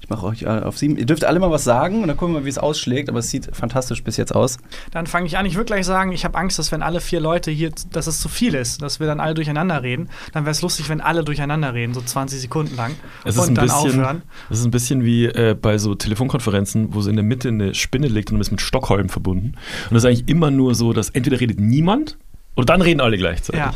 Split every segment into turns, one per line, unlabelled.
Ich mache euch alle auf sieben. Ihr dürft alle mal was sagen und dann gucken wir mal, wie es ausschlägt. Aber es sieht fantastisch bis jetzt aus.
Dann fange ich an. Ich würde gleich sagen, ich habe Angst, dass wenn alle vier Leute hier, dass es zu viel ist, dass wir dann alle durcheinander reden. Dann wäre es lustig, wenn alle durcheinander reden, so 20 Sekunden lang.
Es ist, ein bisschen, es ist ein bisschen wie äh, bei so Telefonkonferenzen, wo so in der Mitte eine Spinne liegt und ist mit Stockholm verbunden. Und das ist eigentlich immer nur so, dass entweder redet niemand und dann reden alle gleichzeitig.
Ja.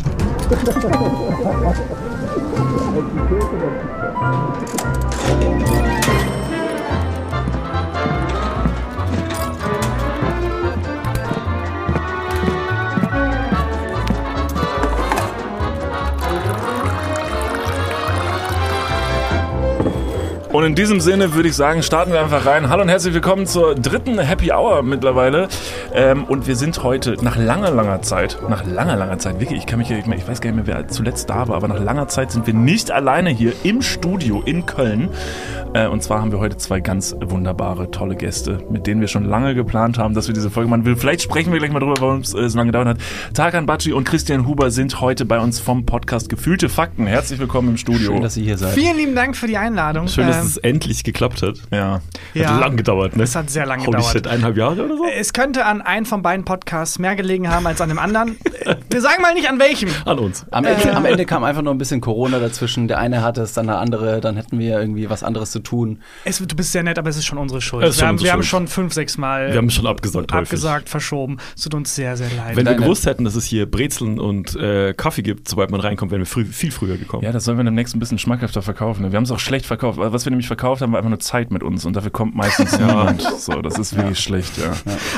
Und in diesem Sinne würde ich sagen, starten wir einfach rein. Hallo und herzlich willkommen zur dritten Happy Hour mittlerweile. Ähm, und wir sind heute nach langer, langer Zeit, nach langer, langer Zeit, wirklich, ich kann mich, ich, ich weiß gar nicht mehr, wer zuletzt da war, aber nach langer Zeit sind wir nicht alleine hier im Studio in Köln. Äh, und zwar haben wir heute zwei ganz wunderbare, tolle Gäste, mit denen wir schon lange geplant haben, dass wir diese Folge machen. Vielleicht sprechen wir gleich mal drüber, warum es äh, so lange gedauert hat. Tarkan Baci und Christian Huber sind heute bei uns vom Podcast Gefühlte Fakten. Herzlich willkommen im Studio.
Schön, dass ihr hier seid.
Vielen lieben Dank für die Einladung. Ähm,
Schön, dass es endlich geklappt hat. Ja.
Ja.
Hat lang gedauert, ne?
Es hat sehr lange
Holy
gedauert.
shit, eineinhalb Jahre oder so?
Es könnte an einen von beiden Podcasts mehr gelegen haben als an dem anderen. Wir sagen mal nicht an welchem.
An uns.
Am Ende, am Ende kam einfach nur ein bisschen Corona dazwischen. Der eine hatte es, dann der andere. Dann hätten wir irgendwie was anderes zu tun.
Es, du bist sehr nett, aber es ist schon unsere Schuld.
Es ist
wir
schon
haben,
unsere
wir haben
Schuld.
schon fünf, sechs Mal
Wir haben schon abgesagt häufig.
abgesagt, verschoben. Es tut uns sehr, sehr leid.
Wenn wir
Deine-
gewusst hätten, dass es hier Brezeln und äh, Kaffee gibt, sobald man reinkommt, wären wir frü viel früher gekommen.
Ja, das sollen wir demnächst ein bisschen schmackhafter verkaufen. ne? Wir haben es auch schlecht verkauft. Was wir nämlich verkauft haben, war einfach nur Zeit mit uns und dafür kommt meistens niemand. So, das ist wirklich schlecht, ja.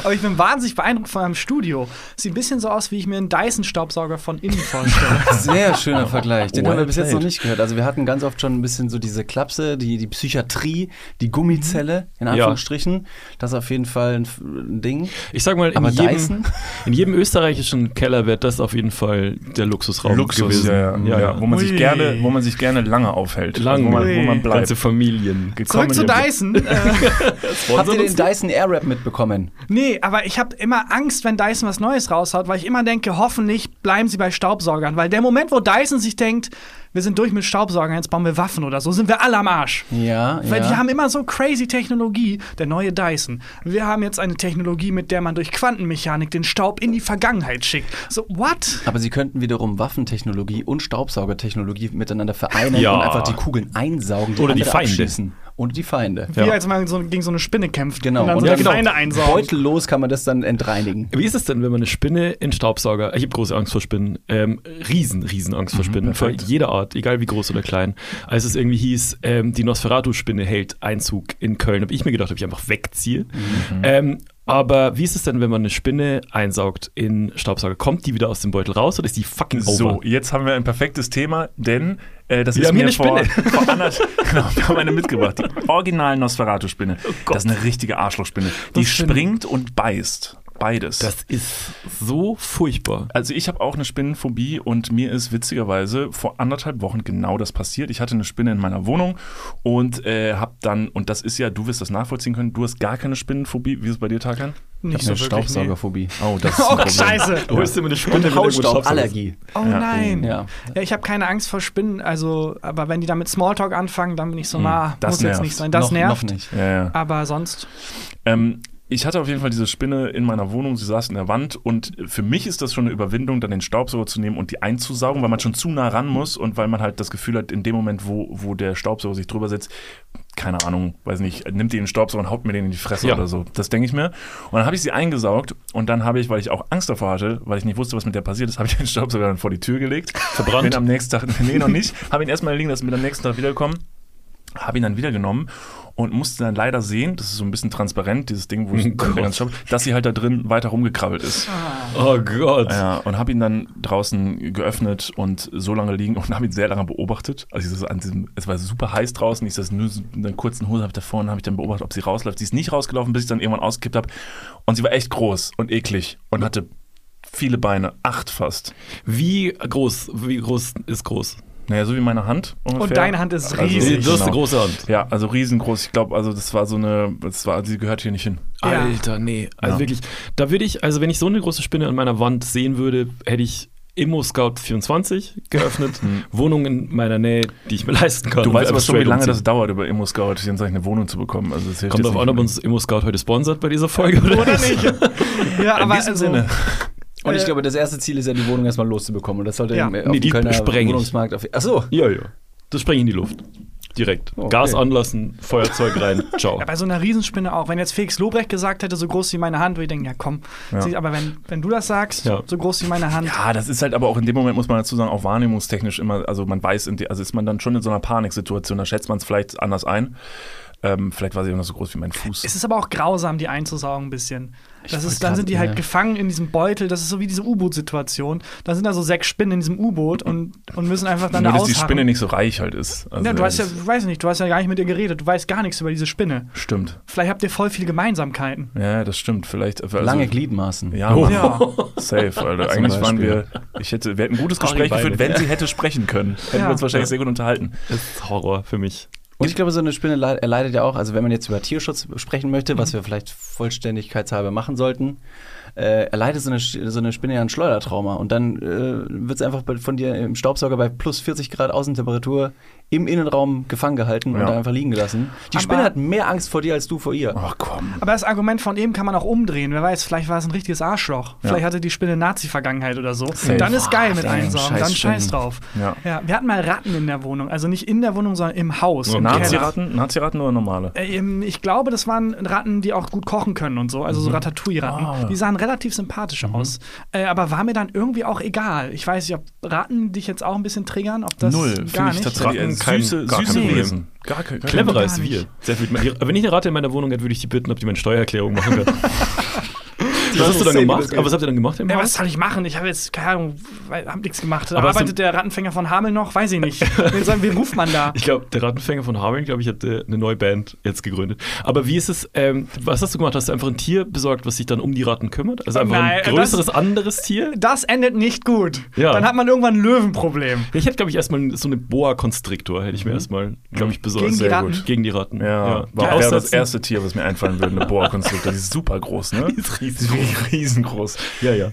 aber ich bin wahnsinnig beeindruckt von meinem Studio. Sieht ein bisschen so aus, wie ich mir einen Dyson-Staubsauger von innen vorstelle.
Sehr schöner Vergleich. Den
Well
haben wir bis jetzt noch
played.
nicht gehört. Also wir hatten ganz oft schon ein bisschen so diese Klapse, die, die Psychiatrie, die Gummizelle, in Anführungsstrichen. Das ist auf jeden Fall ein, F- ein Ding.
Ich sag mal, in
Aber
jedem,
Dyson?
in jedem österreichischen Keller wäre das auf jeden Fall der Luxusraum gewesen.
ja, ja. ja, Wo, man sich
Ui.
gerne, wo man sich gerne lange aufhält. Also
Lang,
wo man, wo man bleibt.
ganze Familien.
Zurück zu
Gekommen,
Dyson. Äh,
Habt ihr den Dyson Airwrap mitbekommen?
Nee, aber ich habe immer Angst, wenn Dyson was Neues raushaut, weil ich immer denke, hoffentlich bleiben sie bei Staubsaugern. Weil der Moment, wo Dyson sich denkt, wir sind durch mit Staubsaugern, jetzt bauen wir Waffen oder so, sind wir alle am Arsch.
Ja,
Weil
ja.
die haben immer so crazy Technologie, der neue Dyson. Wir haben jetzt eine Technologie, mit der man durch Quantenmechanik den Staub in die Vergangenheit schickt. So, what?
aber sie könnten wiederum Waffentechnologie und Staubsaugertechnologie miteinander vereinen
Ja.
und einfach die Kugeln einsaugen, die
Oder die
andere
Feinde.
abschießen. Und die Feinde.
Wie
Ja.
als man so, gegen so eine Spinne kämpft
Genau.
und dann so
Ja,
eine
genau.
Feinde einsaugt.
Beutellos kann man das dann entreinigen.
Wie ist es denn, wenn man eine Spinne in Staubsauger, ich habe große Angst vor Spinnen, ähm, riesen, riesen Angst vor Spinnen, vor jeder Art, egal wie groß oder klein. Als es irgendwie hieß, ähm, die Nosferatu-Spinne hält Einzug in Köln, habe ich mir gedacht, ob ich einfach wegziehe. Ähm, aber wie ist es denn, wenn man eine Spinne einsaugt in Staubsauger? Kommt die wieder aus dem Beutel raus oder ist die fucking over?
So, jetzt haben wir ein perfektes Thema, denn äh, das
Wir
ist
haben hier
mir
eine
vor,
Spinne.
vor anderthalb, genau, wir haben eine mitgebracht, die originalen Nosferatu-Spinne.
Oh Gott.
das ist eine richtige Arschlochspinne. Die
Das stimmt.
springt und beißt, beides.
Das ist so furchtbar.
Also ich habe auch eine Spinnenphobie und mir ist witzigerweise vor anderthalb Wochen genau das passiert. Ich hatte eine Spinne in meiner Wohnung und äh, habe dann, und das ist ja, du wirst das nachvollziehen können, du hast gar keine Spinnenphobie. Wie ist es bei dir, Tarkan?
Nicht so
eine
wirklich, nee.
Staubsaugerphobie.
Oh, das ist ein
Oh,
Problem.
scheiße.
Holst du mir eine Spinne
Und
wenn irgendwo
Hausstauballergie.
Oh nein.
Ja.
Ja, ich habe keine Angst vor Spinnen, also, aber wenn die da mit Smalltalk anfangen, dann bin ich so, na,
das
muss jetzt
nervst.
nicht sein. Das
Hm, noch,
nervt.
Noch nicht.
Ja, ja.
Aber sonst.
Ähm, ich hatte auf jeden Fall diese Spinne in meiner Wohnung, sie saß in der Wand und für mich ist das schon eine Überwindung, dann den Staubsauger zu nehmen und die einzusaugen, weil man schon zu nah ran muss und weil man halt das Gefühl hat, in dem Moment, wo, wo der Staubsauger sich drüber setzt, keine Ahnung, weiß nicht, nimmt die den Staubsauger und haut mir den in die Fresse
Ja.
oder so. Das denke ich mir. Und dann habe ich sie eingesaugt und dann habe ich, weil ich auch Angst davor hatte, weil ich nicht wusste, was mit der passiert ist, habe ich den Staubsauger dann vor die Tür gelegt.
Verbrannt.
Bin am nächsten Tag, nee, noch nicht. Habe ihn erstmal liegen lassen, bin am nächsten Tag wiedergekommen habe ihn dann wieder genommen und musste dann leider sehen, das ist so ein bisschen transparent, dieses Ding, wo ich
Gott.
ganz schaue, dass sie halt da drin weiter rumgekrabbelt ist.
Ah.
Oh Gott.
Ja, und habe ihn dann draußen geöffnet und so lange liegen und habe ihn sehr lange beobachtet. Also ich saß an diesem, es war super heiß draußen, ich saß nur so in einer kurzen Hose hab ich davor und habe ich dann beobachtet, ob sie rausläuft. Sie ist nicht rausgelaufen, bis ich dann irgendwann ausgekippt habe. Und sie war echt groß und eklig und hatte viele Beine, acht fast.
Wie groß, wie groß ist groß?
Naja, so wie meine Hand ungefähr.
deine Hand ist riesig.
Das ist eine große Hand.
Ja, also riesengroß. Ich glaube, also das war so eine, das war, sie gehört hier nicht hin.
Ja.
Alter, nee. Also
Ja.
wirklich, da würde ich, also wenn ich so eine große Spinne an meiner Wand sehen würde, hätte ich
ImmoScout24 geöffnet. Wohnungen in meiner Nähe, die ich mir leisten kann.
Hm. Du
und
weißt aber
einfach
schon, wie
straight
lange das
umziehen.
dauert, über ImmoScout jetzt eine Wohnung zu bekommen. Also das hilft
Kommt
jetzt
drauf an,
nicht
ob
mehr.
uns ImmoScout heute sponsert bei dieser Folge oder,
Oder nicht? ja, aber also,
Und ich
Äh,
glaube, das erste Ziel ist ja, die Wohnung erstmal loszubekommen. Und das sollte
Ja.
im, auf
Nee,
dem
die
Kölner
spreng ich.
Wohnungsmarkt auf.
Also-
Achso,
Ja, ja. Das springe ich in die Luft. Direkt.
Okay.
Gas anlassen, Feuerzeug rein. Ciao.
Ja, bei so einer Riesenspinne auch. Wenn jetzt Felix Lobrecht gesagt hätte, so groß wie meine Hand, würde ich denken, ja komm. Sie- Aber wenn, wenn du das sagst,
Ja.
so groß wie meine Hand.
Ja, das ist halt aber auch in dem Moment, muss man dazu sagen, auch wahrnehmungstechnisch immer, also man weiß, in de, also ist man dann schon in so einer Paniksituation, da schätzt man es vielleicht anders ein. Ähm, vielleicht war sie auch noch so groß wie mein Fuß.
Es ist aber auch grausam, die einzusaugen ein bisschen. Das ist,
wollte
dann
grad-
sind die halt
ja.
gefangen in diesem Beutel. Das ist so wie diese U-Boot-Situation. Da sind da so sechs Spinnen in diesem U-Boot und, und müssen einfach dann
Nur,
da
dass die Spinne
ausharren.
nicht so reich halt ist. Also
Ja, du hast ja,
das
weiß nicht, du hast ja gar nicht mit ihr geredet. Du weißt gar nichts über diese Spinne.
Stimmt.
Vielleicht habt ihr voll viele Gemeinsamkeiten.
Ja, das stimmt. Vielleicht. Also,
lange Gliedmaßen.
Ja,
Oh.
Mann.
Ja.
safe, Alter. Eigentlich waren wir,
Beispiel.
ich hätte, wir hätten ein gutes
Harry
Gespräch geführt,
Beine.
wenn sie hätte sprechen können. Hätten
Ja.
wir uns wahrscheinlich sehr gut unterhalten.
Das ist Horror für mich.
Und ich glaube, so eine Spinne leid- erleidet ja auch, also wenn man jetzt über Tierschutz sprechen möchte, was wir vielleicht vollständigkeitshalber machen sollten, äh, erleidet so eine, Sch- so eine Spinne ja ein Schleudertrauma. Und dann äh, wird es einfach bei- von dir im Staubsauger bei plus 40 Grad Außentemperatur im Innenraum gefangen gehalten
Ja.
und dann einfach liegen gelassen. Die
Aber-
Spinne hat mehr Angst vor dir als du vor ihr.
Ach komm.
Aber das Argument von eben kann man auch umdrehen. Wer weiß, vielleicht war es ein richtiges Arschloch. Vielleicht hatte die Spinne Nazi-Vergangenheit oder so. Dann ist geil mit
Damn,
einsaugen.
scheiß
Dann scheiß
Spinnen.
drauf.
Ja.
Ja, wir hatten mal Ratten in der Wohnung. Also nicht in der Wohnung, sondern im Haus. im Keller.
Nazi-Ratten? Nazi-Ratten oder normale?
Äh, ähm, Ich glaube, das waren Ratten, die auch gut kochen können und so, also so Ratatouille-Ratten.
Ah. Mhm.
Die sahen relativ sympathisch aus, äh, aber war mir dann irgendwie auch egal. Ich weiß nicht, ob Ratten dich jetzt auch ein bisschen triggern, ob das
Null.
gar
Finde ich
nicht.
tatsächlich
Ratten,
äh,
kein-
süße,
gar kein
süße
Problem.
Wesen. Gar kein, kein
Cleverer
Gar
als wir.
nicht.
Sehr viel. Wenn ich eine Ratte in meiner Wohnung hätte, würde ich die bitten, ob die meine Steuererklärung machen kann. Was hast du dann
sehen, wie das
gemacht?
geht.
Aber was habt ihr dann gemacht im
Ja,
Haus?
was soll ich machen? Ich habe jetzt, keine Ahnung, weil- hab nichts gemacht.
Aber hast
Arbeitet
du-
der Rattenfänger von Hameln noch? Weiß ich nicht. Wen, soll, wen ruft man da?
Ich glaube, der Rattenfänger von Harvey, glaube ich, hat äh, eine neue Band jetzt gegründet. Aber wie ist es, ähm, was hast du gemacht? Hast du einfach ein Tier besorgt, was sich dann um die Ratten kümmert? Also einfach
Nein,
ein größeres, anderes Tier?
Das endet nicht gut.
Ja.
Dann hat man irgendwann ein Löwenproblem.
Ich hätte, glaube ich, erstmal so eine Boa-Konstriktor, hätte ich mir erstmal, glaube ich, besorgt.
Gegen die
Sehr
Ratten?
gut. Gegen die Ratten.
Mhm. Ja,
Die
war wäre das
aussetzen.
erste Tier, was mir einfallen würde, eine Boa-Konstruktor. Die ist super groß, ne? Die ist riesengroß. riesengroß.
Ja, ja.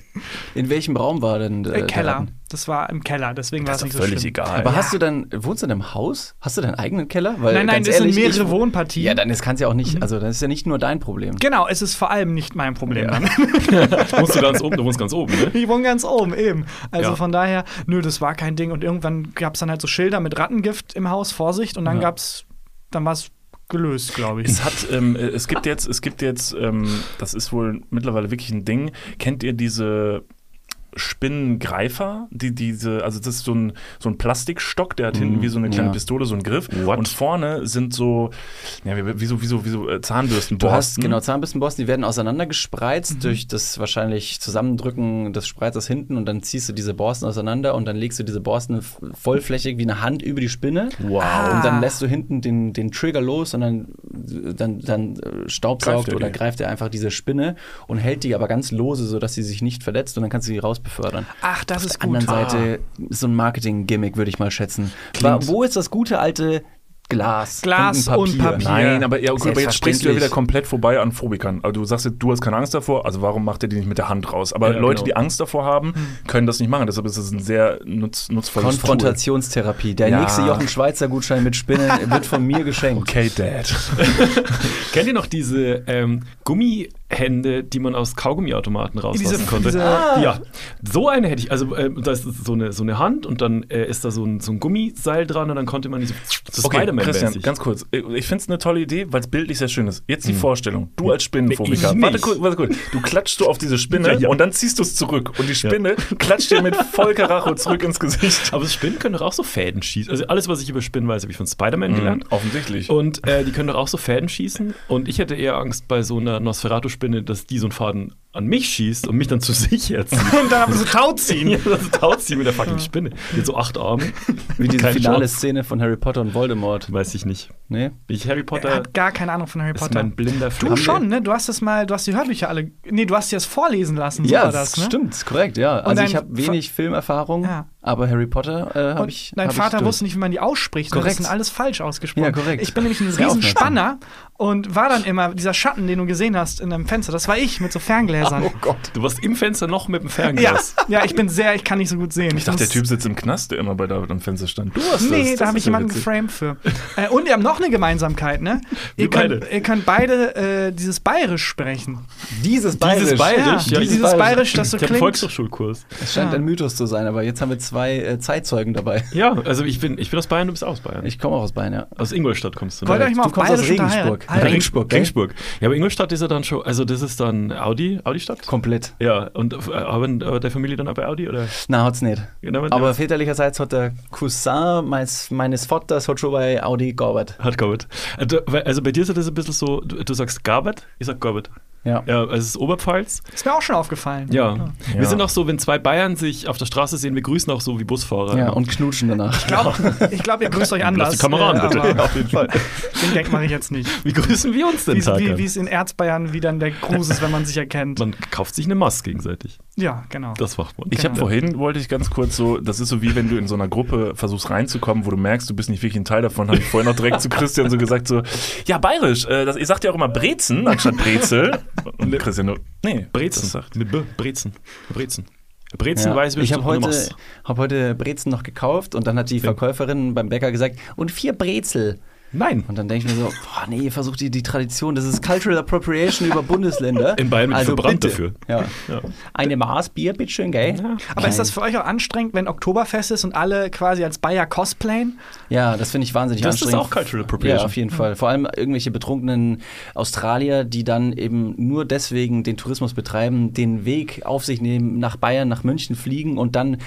In welchem Raum war denn äh,
Äh,
der
Keller.
Ratten?
Das war im Keller, deswegen war es
Das ist
nicht
doch
so
völlig
schlimm.
egal.
Aber hast du dann, wohnst du in einem Haus? Hast du deinen eigenen Keller? Weil,
Nein, nein,
Äh, ganz
das sind
ehrlich,
mehrere Hm?
ich-
Wohnpartien.
Ja, dann kann es ja auch nicht, also das ist ja nicht nur dein Problem.
Genau, es ist vor allem nicht mein Problem. Dann.
Du wohnst du ganz oben, du wohnst ganz oben, ne?
Ich wohne ganz oben, eben. Also
Ja.
von daher, nö, das war kein Ding. Und irgendwann gab es dann halt so Schilder mit Rattengift im Haus, Vorsicht. Und dann gab's, dann war es gelöst, glaube ich.
Es hat, ähm, äh, es gibt jetzt, es gibt jetzt, ähm, das ist wohl mittlerweile wirklich ein Ding. Kennt ihr diese Spinnengreifer? Die, diese, also das ist so ein, so ein Plastikstock, der hat hinten wie so eine kleine
ja.
Pistole, so einen Griff.
What?
Und vorne sind so, ja, wie, wie so, wie so, wie so äh, Zahnbürsten.
Du hast genau Zahnbürstenborsten, die werden auseinandergespreizt
Mhm.
durch das wahrscheinlich Zusammendrücken des Spreizers hinten und dann ziehst du diese Borsten auseinander und dann legst du diese Borsten f- vollflächig wie eine Hand über die Spinne. Wow. Und
Ah.
dann lässt du hinten den, den Trigger los und dann, dann, dann äh, staubsaugt
Greift er
oder
die.
greift er einfach diese Spinne und hält die aber ganz lose, sodass sie sich nicht verletzt und dann kannst du die rausbefördern.
Ach, das ist
Auf
gut. Ah.
der anderen Seite ist so ein Marketing-Gimmick, würde ich mal schätzen. Wa- wo ist das gute alte Glas?
Glas und Papier.
Nein, aber, ja, okay, aber jetzt sprichst du ja
Selbstverständlich.
wieder komplett vorbei an Phobikern. Also du sagst jetzt, du hast keine Angst davor, also warum macht ihr die nicht mit der Hand raus? Aber
Ja,
Leute,
genau. Hm.
die Angst davor haben, können das nicht machen. Deshalb ist es ein sehr nutz, nutzvolles
Konfrontationstherapie. Der
Ja.
nächste Jochen Schweizer Gutschein mit Spinnen wird von mir geschenkt.
Tool. Okay, Dad.
Kennt ihr noch diese ähm, Gummihände, die man aus Kaugummiautomaten rauslassen
Diese-
konnte?
diese-
ja, so eine hätte ich. Also ähm, da ist so eine, so eine Hand und dann äh, ist da so ein, so ein Gummiseil dran und dann konnte man diese so
Okay, Christian,
Spider-Man-mäßig.
ganz kurz. Ich finde es eine tolle Idee, weil es bildlich sehr schön ist. Jetzt die Vorstellung. Du als Spinnenphobiker.
Hm. ich nicht.
Warte kurz, warte kurz. Du klatschst so auf diese Spinne
Ja, ja.
und dann ziehst du es zurück. Und die Spinne klatscht dir mit Vollkaracho zurück ins Gesicht.
Aber Spinnen können doch auch so Fäden schießen. Also alles, was ich über Spinnen weiß, habe ich von Spider-Man gelernt.
Offensichtlich.
Und äh, die können doch auch so Fäden schießen. Und ich hätte eher Angst bei so einer Nosferatu-Spinne, dass die so einen Faden an mich schießt und mich dann zu sich jetzt.
Und dann haben wir so Tauziehen.
ja, das taut sie mit der fucking Spinne. Mit so acht Armen.
Wie diese
Keine
finale
Chance.
Szene von Harry Potter und Voldemort.
Weiß ich nicht.
Nee?
Bin ich Harry Potter?
Er hat gar keine Ahnung von Harry
ist
Potter.
mein blinder
Du
Fan.
schon, ne? Du hast das mal, du hast die Hörbücher alle. Nee, du hast dir das vorlesen lassen. so war das, ne?
stimmt, korrekt, ja. Also
dein
ich habe wenig Filmerfahrung,
Ja.
aber Harry Potter äh, habe
Und
ich.
dein
hab
Vater
ich durch.
wusste nicht, wie man die ausspricht. und Das
Korrekt.
sind alles falsch ausgesprochen.
Ja, korrekt.
Ich bin nämlich ein
Sehr aufmerksam.
Riesenspanner und war dann immer dieser Schatten, den du gesehen hast in deinem Fenster. Das war ich mit so Ferngläsern.
Oh Gott. Du warst im Fenster noch mit dem
ja,
Fernglas.
ja, ich bin sehr, ich kann nicht so gut sehen.
Ich dachte, der
muss-
Typ sitzt im Knast, der immer bei David am Fenster stand. Du hast
Nee,
das.
da
das
habe
ist
ich
ja
jemanden
witzig.
geframed für. Äh, und ihr habt noch eine Gemeinsamkeit, ne? ihr, könnt,
beide.
ihr könnt beide äh, dieses Bayerisch sprechen.
Dieses Bayerisch.
Bayerisch, ja,
dieses
Bayerisch.
Bayerisch, das so
Ich habe einen
klingt.
Volkshochschulkurs.
Es scheint ein Mythos zu sein, aber jetzt haben wir zwei äh, Zeitzeugen dabei.
Ja, also ich bin, ich bin aus Bayern, du bist auch aus Bayern.
Ich komme auch aus Bayern, ja.
aus Ingolstadt kommst du.
Wollt ihr
ne?
euch mal
Du
auf
kommst aus
Bayerisch
Regensburg.
unterhalten? Alter,
Regensburg, gell?
Regensburg. Ja, aber Ingolstadt ist ja dann schon, also das ist dann Audi, Audi-Stadt?
Komplett.
Ja, und äh, haben aber der Familie dann auch bei Audi oder?
Na, hat's nicht.
Genau,
Aber väterlicherseits hat der Cousin meines, meines Vaters hat schon bei Audi gearbeitet.
Hat Gorbet. Also bei dir ist das ein bisschen so, du, du sagst Garbert, ich sag Gorbet.
Ja.
Ja, also es ist Oberpfalz.
Ist mir auch schon aufgefallen.
Ja. Wir
Ja.
sind auch so, wenn zwei Bayern sich auf der Straße sehen, wir grüßen auch so wie Busfahrer.
Ja, und knutschen danach.
Glaub, ich glaube, ihr grüßt euch anders.
Lass die Kamera an, bitte.
aber
auf jeden Fall.
Den Gag mache ich jetzt nicht.
Wie grüßen wir uns denn,
Wie wie- wie
Tag?
es in Erzbayern wie dann der Gruß ist, wenn man sich erkennt.
Man kauft sich eine Maske gegenseitig.
Ja, genau.
Das macht man.
Ich habe vorhin, wollte ich ganz kurz so, das ist so wie wenn du in so einer Gruppe versuchst reinzukommen, wo du merkst, du bist nicht wirklich ein Teil davon, habe ich vorhin noch direkt zu Christian so gesagt, so, ja, bayerisch, äh, das, ihr sagt ja auch immer Brezen anstatt Brezel. Und Christian nur, nee, das
Brezen.
sagt-
Mit B. Brezen. Brezen. Brezen
Ja.
weiß, wie
ich
du
habe
du
heute,
machst.
hab heute Brezen noch gekauft und dann hat die Verkäuferin beim Bäcker gesagt, und vier Brezel.
Nein.
Und dann denke ich mir so, boah, nee, versucht die, die Tradition, das ist Cultural Appropriation über Bundesländer. Also
In Bayern bin ich verbrannt
bitte.
dafür.
Ja. Eine Maß Bier, bitteschön, gell?
Aber ist das für euch auch anstrengend, wenn Oktoberfest ist und alle quasi als Bayer cosplayen?
Ja, das finde ich wahnsinnig
Das ist
anstrengend.
auch Cultural
Ja,
Appropriation.
auf jeden Fall. Vor allem irgendwelche betrunkenen Australier, die dann eben nur deswegen den Tourismus betreiben, den Weg auf sich nehmen, nach Bayern, nach München fliegen und dann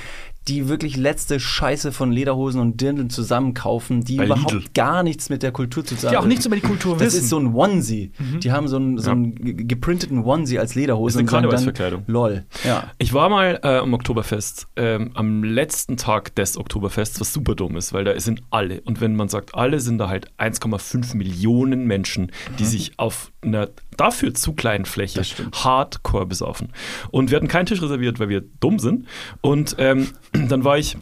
die wirklich letzte Scheiße von Lederhosen und Dirndeln zusammenkaufen, die
Bei
überhaupt
Lidl.
gar nichts mit der Kultur zu sagen
Äh,
Die auch nichts über die Kultur
Das
wissen.
ist so ein Onesie. Die haben so einen, so einen ge- geprinteten Onesie als Lederhose.
Mhm. Ist eine
und sagen dann,
Karnevalsverkleidung.
Lol. Ja.
Ich war mal äh, am Oktoberfest, ähm, am letzten Tag des Oktoberfests, was super dumm ist, weil da sind alle. Und wenn man sagt, alle sind da halt 1,5 Millionen Menschen,
Mhm.
die sich auf einer dafür zu kleinen Fläche hardcore besaufen. Und wir hatten keinen Tisch reserviert, weil wir dumm sind. Und ähm, dann war ich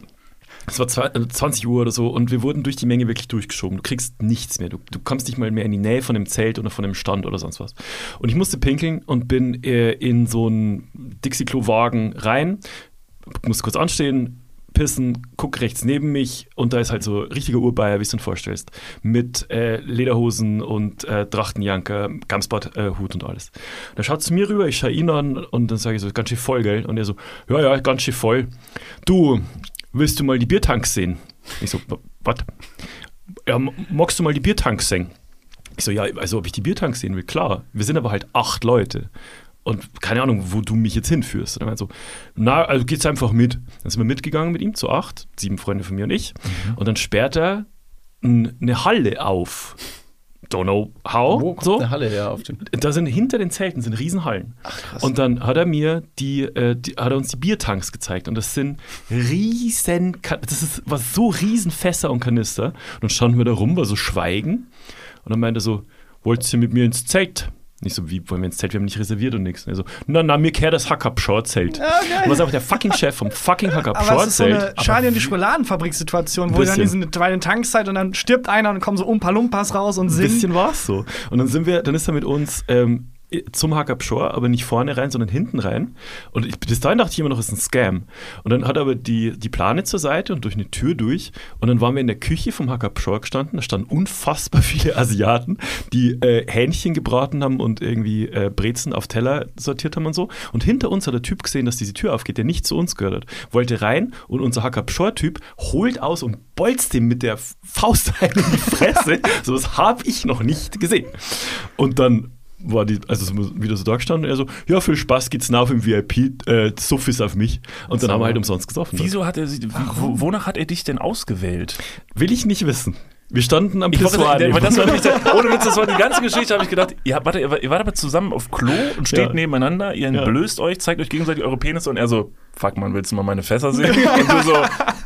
es war zwei- äh, 20 Uhr oder so und wir wurden durch die Menge wirklich durchgeschoben. Du kriegst nichts mehr. Du, du kommst nicht mal mehr in die Nähe von dem Zelt oder von dem Stand oder sonst was. Und ich musste pinkeln und bin äh, in so einen Dixie-Klo-Wagen rein, musste kurz anstehen, pissen, guck rechts neben mich und da ist halt so richtiger Urbayer, wie du dir vorstellst, mit äh, Lederhosen und äh, Trachtenjanker, Gamsbart, äh, Hut und alles. Da schaut zu mir rüber, ich schaue ihn an und dann sage ich so, ganz schön voll, gell? Und er so, ja, ja, ganz schön voll. Du, willst du mal die Biertanks sehen? Ich so, was? Ja, m- magst du mal die Biertanks sehen? Ich so, ja, also ob ich die Biertanks sehen will, klar. Wir sind aber halt acht Leute. Und keine Ahnung, wo du mich jetzt hinführst. Und er meint so, na, also geht's einfach mit. Dann sind wir mitgegangen mit ihm zu acht, sieben Freunde von mir und ich.
Mhm.
Und dann sperrt er n- eine Halle auf. Don't know how.
Wo kommt
so
eine Halle her auf dem
da sind hinter den Zelten sind Riesenhallen. und dann hat er mir die, äh, die hat er uns die Biertanks gezeigt und das sind riesen Ka- das ist was so riesen Fässer und Kanister und dann standen wir da rum, war so schweigen und dann meinte er so, wollt ihr mit mir ins Zelt? Nicht so, wie wollen wir ins Zelt? Wir haben nicht reserviert und nichts. Und er so, na, na, mir kehrt das Hackabschor-Zelt. und was auch der fucking Chef vom fucking
Oh, Aber es ist so
Hackabschor-Zelt.
eine Charlie und die Schokoladenfabrik-Situation, wo ihr dann
Bisschen.
diese bei den Tanks seid und dann stirbt einer und dann kommen so Umpa-Lumpas raus und
Ein
singen.
bisschen war es so. Und dann sind wir, dann ist er mit uns ähm, zum Hacker Shore, aber nicht vorne rein, sondern hinten rein. Und ich, bis dahin dachte ich immer noch, es ist ein Scam. Und dann hat er aber die, die Plane zur Seite und durch eine Tür durch. Und dann waren wir in der Küche vom Hacker Shore gestanden. Da standen unfassbar viele Asiaten, die äh, Hähnchen gebraten haben und irgendwie äh, Brezen auf Teller sortiert haben und so. Und hinter uns hat der Typ gesehen, dass diese Tür aufgeht, der nicht zu uns gehört hat. Wollte rein und unser Hacker Shore-Typ holt aus und bolzt dem mit der Faust ein in die Fresse. so was habe ich noch nicht gesehen. Und dann war die, also es war wieder so da gestanden und er so, ja, viel Spaß geht's nach im VIP, äh, Suff ist auf mich. Und dann haben wir halt umsonst gesoffen.
Wieso hat er sich, wo, wonach hat er dich denn ausgewählt?
Will ich nicht wissen. Wir standen am
Ich wollte,
Pissoir
der,
neben.
das war nämlich der, ohne Witz, das war die ganze Geschichte, habe ich gedacht, ihr, wart, ihr, wart- ihr wart aber zusammen auf Klo und steht
Ja.
nebeneinander, ihr entblößt euch, zeigt euch gegenseitig eure Penisse und er so, fuck man, willst du mal meine Fässer sehen? Und du so,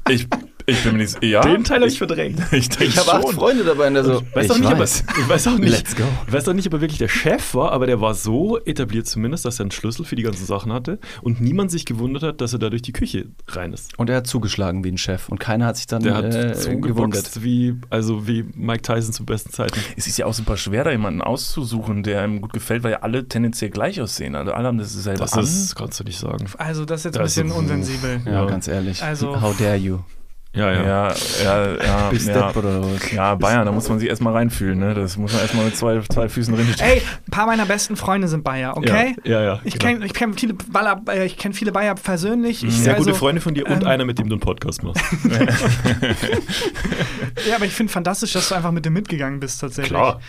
ich, ich Ich bin mir nicht. Ja?
Den Teil habe ich verdrängt.
Ich denke
Ich habe acht
schon.
Freunde dabei also und der so.
Weiß auch
ich
nicht, ob
weiß.
er- ich weiß auch nicht,
Let's go.
Ich weiß auch nicht, ob er wirklich der Chef war, aber der war so etabliert zumindest, dass er einen Schlüssel für die ganzen Sachen hatte und niemand sich gewundert hat, dass er da durch die Küche rein ist.
Und er hat zugeschlagen wie ein Chef und keiner hat sich dann
Der hat
äh,
so
gewundert.
geboxt wie, also wie Mike Tyson zu besten Zeiten.
Es ist ja auch super schwer, da jemanden auszusuchen, der einem gut gefällt, weil ja alle tendenziell gleich aussehen. Also alle haben das selber
Das
an.
ist, kannst du nicht sagen.
Also, das ist jetzt ein
Das ist-
bisschen unsensibel.
Ja,
Ja.
ganz ehrlich.
Also-
How dare you?
ja, ja, ja.
Bist
ja.
Depp oder was?
Ja, Bayern, da muss man sich erstmal reinfühlen, ne? Das muss man erstmal mit zwei, zwei Füßen reinstehen.
Ey, ein paar meiner besten Freunde sind Bayer, okay?
Ja, ja. ja
Ich
genau. Mhm.
kenne ich kenn viele, Baller, äh, ich kenn viele Bayer persönlich. Ich,
sehr
also,
gute Freunde von dir und
ähm,
einer, mit dem du einen Podcast machst.
Ja, aber ich finde fantastisch, dass du einfach mit dem mitgegangen bist, tatsächlich.
Klar.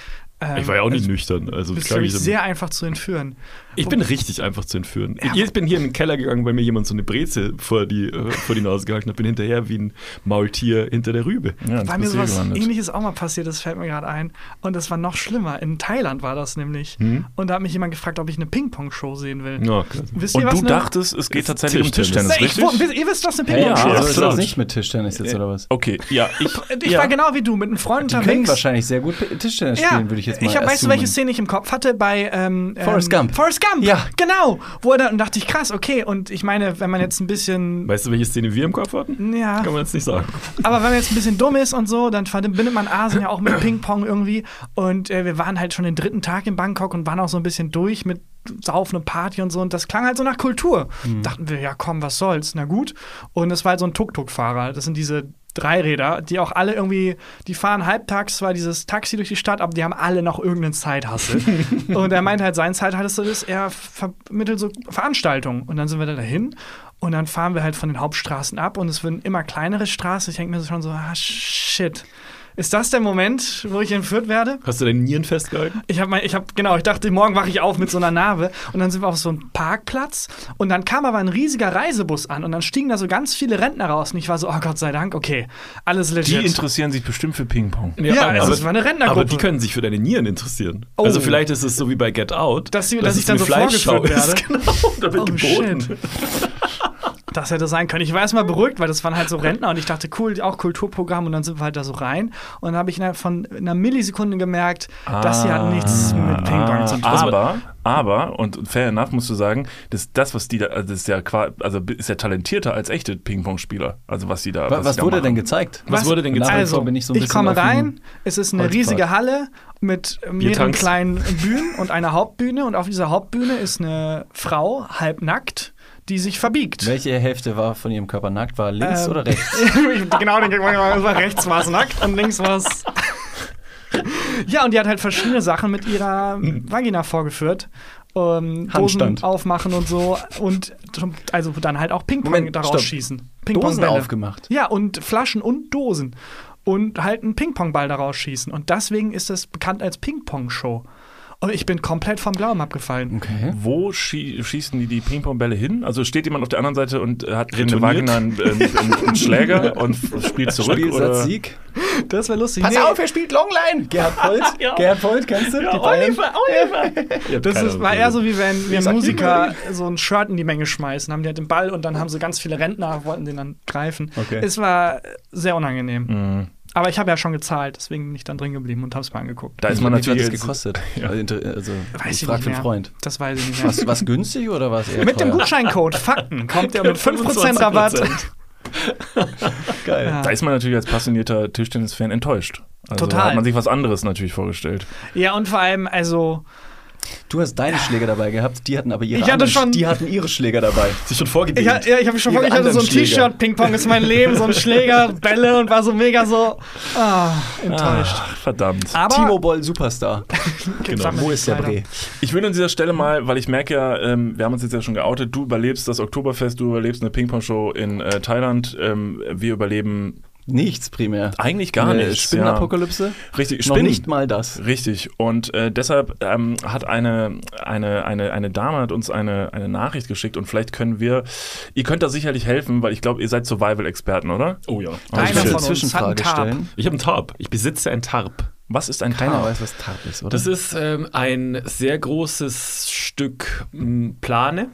Ähm,
Ich war ja auch nicht
also,
nüchtern. Also
Du bist,
klar,
glaube ich,
ich-
sehr einfach zu entführen.
Ich bin richtig einfach zu entführen.
Ja.
Ich bin hier in den Keller gegangen, weil mir jemand so eine Brezel vor die, äh, vor die Nase gehalten hat. Bin hinterher wie ein Maultier hinter der Rübe.
Ja, ins
Weil mir
Visier
sowas
gelandet.
ähnliches auch mal passiert ist, fällt mir gerade ein. Und das war noch schlimmer. In Thailand war das nämlich. Und da hat mich jemand gefragt, ob ich eine Ping-Pong-Show sehen will.
Ja, krass.
Wisst ihr,
Und
was
du
eine-
dachtest, es geht tatsächlich um
Tischtennis.
Tischtennis,
Nee, ich, wo,
richtig?
wisst- ihr wisst, was eine
Hey, also
Ping-Pong-Show
ja,
ist
absolut.
das nicht mit Tischtennis jetzt oder was?
Okay, ja, ich.
Ich
ja.
war genau wie du, mit einem Freund
Die können
unterwegs.
wahrscheinlich sehr gut Tischtennis
Ja,
spielen, würde ich jetzt mal
ich hab, weißt du, welche
assumen.
Szene ich im Kopf hatte bei ähm, ähm,
Forrest Gump.
Forrest Gump,
Ja.
genau. Wo er dann und dachte ich, krass, okay. Und ich meine, wenn man jetzt ein bisschen,
Weißt du, welche Szene wir im Kopf hatten?
ja,
Kann man jetzt nicht sagen.
aber wenn man jetzt ein bisschen dumm ist und so, dann verbindet man Asien ja auch mit Ping-Pong irgendwie. Und äh, wir waren halt schon den dritten Tag in Bangkok und waren auch so ein bisschen durch mit Saufen und Party und so. Und das klang halt so nach Kultur. Dachten wir, ja komm, was soll's, na gut. Und es war halt so ein Tuk-Tuk-Fahrer. Das sind diese Dreiräder, die auch alle irgendwie, die fahren halbtags zwar dieses Taxi durch die Stadt, aber die haben alle noch irgendeinen Zeithassel. und er meint halt, sein Zeithassel ist, er vermittelt so Veranstaltungen. Und dann sind wir da dahin und dann fahren wir halt von den Hauptstraßen ab und es werden immer kleinere Straßen. Ich denke mir so schon so, ah, shit. Ist das der Moment, wo ich entführt werde?
Hast du deine Nieren festgehalten?
Ich habe ich hab, genau, ich dachte, morgen wache ich auf mit so einer Narbe. Und dann sind wir auf so einem Parkplatz. Und dann kam aber ein riesiger Reisebus an. Und dann stiegen da so ganz viele Rentner raus. Und ich war so, oh Gott sei Dank, okay, alles
Die
legit.
interessieren sich bestimmt für Ping-Pong.
Ja, also es war eine Rentnergruppe.
Aber die können sich für deine Nieren interessieren.
Oh.
Also vielleicht ist es so wie bei Get Out,
Dass sie- dass
es
ich dann so
eine Fleischschau
vorgeführt
ist. Genau, da wird
Oh,
geboten.
shit. Das hätte sein können. Ich war erstmal beruhigt, weil das waren halt so Rentner und ich dachte, cool, auch Kulturprogramm und dann sind wir halt da so rein. Und dann habe ich innerhalb von einer Millisekunde gemerkt, das hier hat nichts mit Ping-Pong zu tun.
Ah, aber, aber, und fair enough musst du sagen, das, das was die da, also das ist ja qua- also ist ja talentierter als echte Ping-Pong-Spieler. Also was die da.
Wa- Was,
die da
wurde denn
machen.
gezeigt?
Was wurde denn gezeigt?
Nach wie
Also,
vor bin
ich,
ich so ein bisschen
komme
auf dem-
rein, es ist eine
Holzpfad.
riesige Halle mit mehreren
Biertanks.
kleinen Bühnen und einer Hauptbühne und auf dieser Hauptbühne ist eine Frau, halbnackt, die sich verbiegt.
Welche Hälfte war von ihrem Körper nackt? War links
Ähm,
oder rechts?
Ich- genau, den das war rechts war es nackt und links war es. ja, und die hat halt verschiedene Sachen mit ihrer Vagina vorgeführt. Ähm, Dosen
Handstand.
aufmachen und so. Und zum- also dann halt auch Ping-Pong
Moment,
daraus
stopp.
schießen.
Dosen
Ping-Pong-Bälle.
aufgemacht.
Ja, und Flaschen und Dosen. Und halt einen Ping-Pong-Ball daraus schießen. Und deswegen ist das bekannt als Ping-Pong-Show. Und ich bin komplett vom Glauben abgefallen.
Okay.
Wo schie schießen die die Ping-Pong-Bälle hin? Also steht jemand auf der anderen Seite und äh, hat in der
Retourniert.
Vagina einen, äh, einen, einen Schläger und f- spielt zurück?
Spielsatz
oder?
Sieg.
Das wäre lustig.
Pass
Nee,
auf, er spielt Longline. Gerhard Polt. Gerhard Polt, kennst du? Die Bayern.
Das ist, war eher so wie wenn wir
Sag
Musiker so ein Shirt in die Menge schmeißen, haben die halt den Ball und dann haben so ganz viele Rentner, wollten den dann greifen.
Okay. Mhm.
Es war sehr unangenehm. Aber ich habe ja schon gezahlt, deswegen bin ich dann drin geblieben und habe es mir angeguckt.
Da ist man
Wie viel hat
natürlich.
das
jetzt-
gekostet. Also, inter- also,
Weiß
ich frage
ich nicht
für einen
mehr.
Freund.
Das weiß ich nicht mehr.
Was, was günstig oder was eher
Mit dem
teuer?
Gutscheincode Fakten kommt ihr mit 5% Rabatt.
Geil.
Da ist man natürlich als passionierter Tischtennis-Fan enttäuscht. Also
Total.
hat man sich was anderes natürlich vorgestellt.
Ja, und vor allem, also,
Du hast deine Schläger dabei gehabt, die hatten aber ihre
Ich hatte
anderen-
schon-
die hatten ihre Schläger dabei.
Sich schon vorgedehnt.
ich, ha- ja, ich habe schon
Ihre
vorgestellt, ich hatte so ein
anderen Schläger.
T-Shirt, Ping-Pong ist mein Leben, so ein Schläger, Bälle und war so mega so ah, enttäuscht.
Ach, verdammt.
Aber
Timo Boll Superstar.
Gibt's damit
Wo
nicht
ist der
leider.
Bre?
Ich will an dieser Stelle mal, weil ich merke ja, ähm, wir haben uns jetzt ja schon geoutet, du überlebst das Oktoberfest, du überlebst eine Ping-Pong-Show in äh, Thailand, ähm, wir überleben
Nichts primär.
eigentlich gar
Eine
nichts.
Spinnenapokalypse?
Ja. Richtig,
Noch
Spinnen.
nicht mal das.
Richtig. Und äh, deshalb ähm, hat eine, eine, eine, eine Dame hat uns eine, eine Nachricht geschickt und vielleicht können wir, ihr könnt da sicherlich helfen, weil ich glaube, ihr seid Survival-Experten, oder? Also
oh ja.
Einer
ich will
von
eine
uns hat
Zwischenfrage
einen Tarp.
stellen.
Ich habe einen Tarp. Ich besitze ein Tarp.
Was ist ein
Keiner
Tarp?
weiß, was Tarp ist, oder?
Das ist
hm,
ähm, ein sehr großes Stück m, Plane,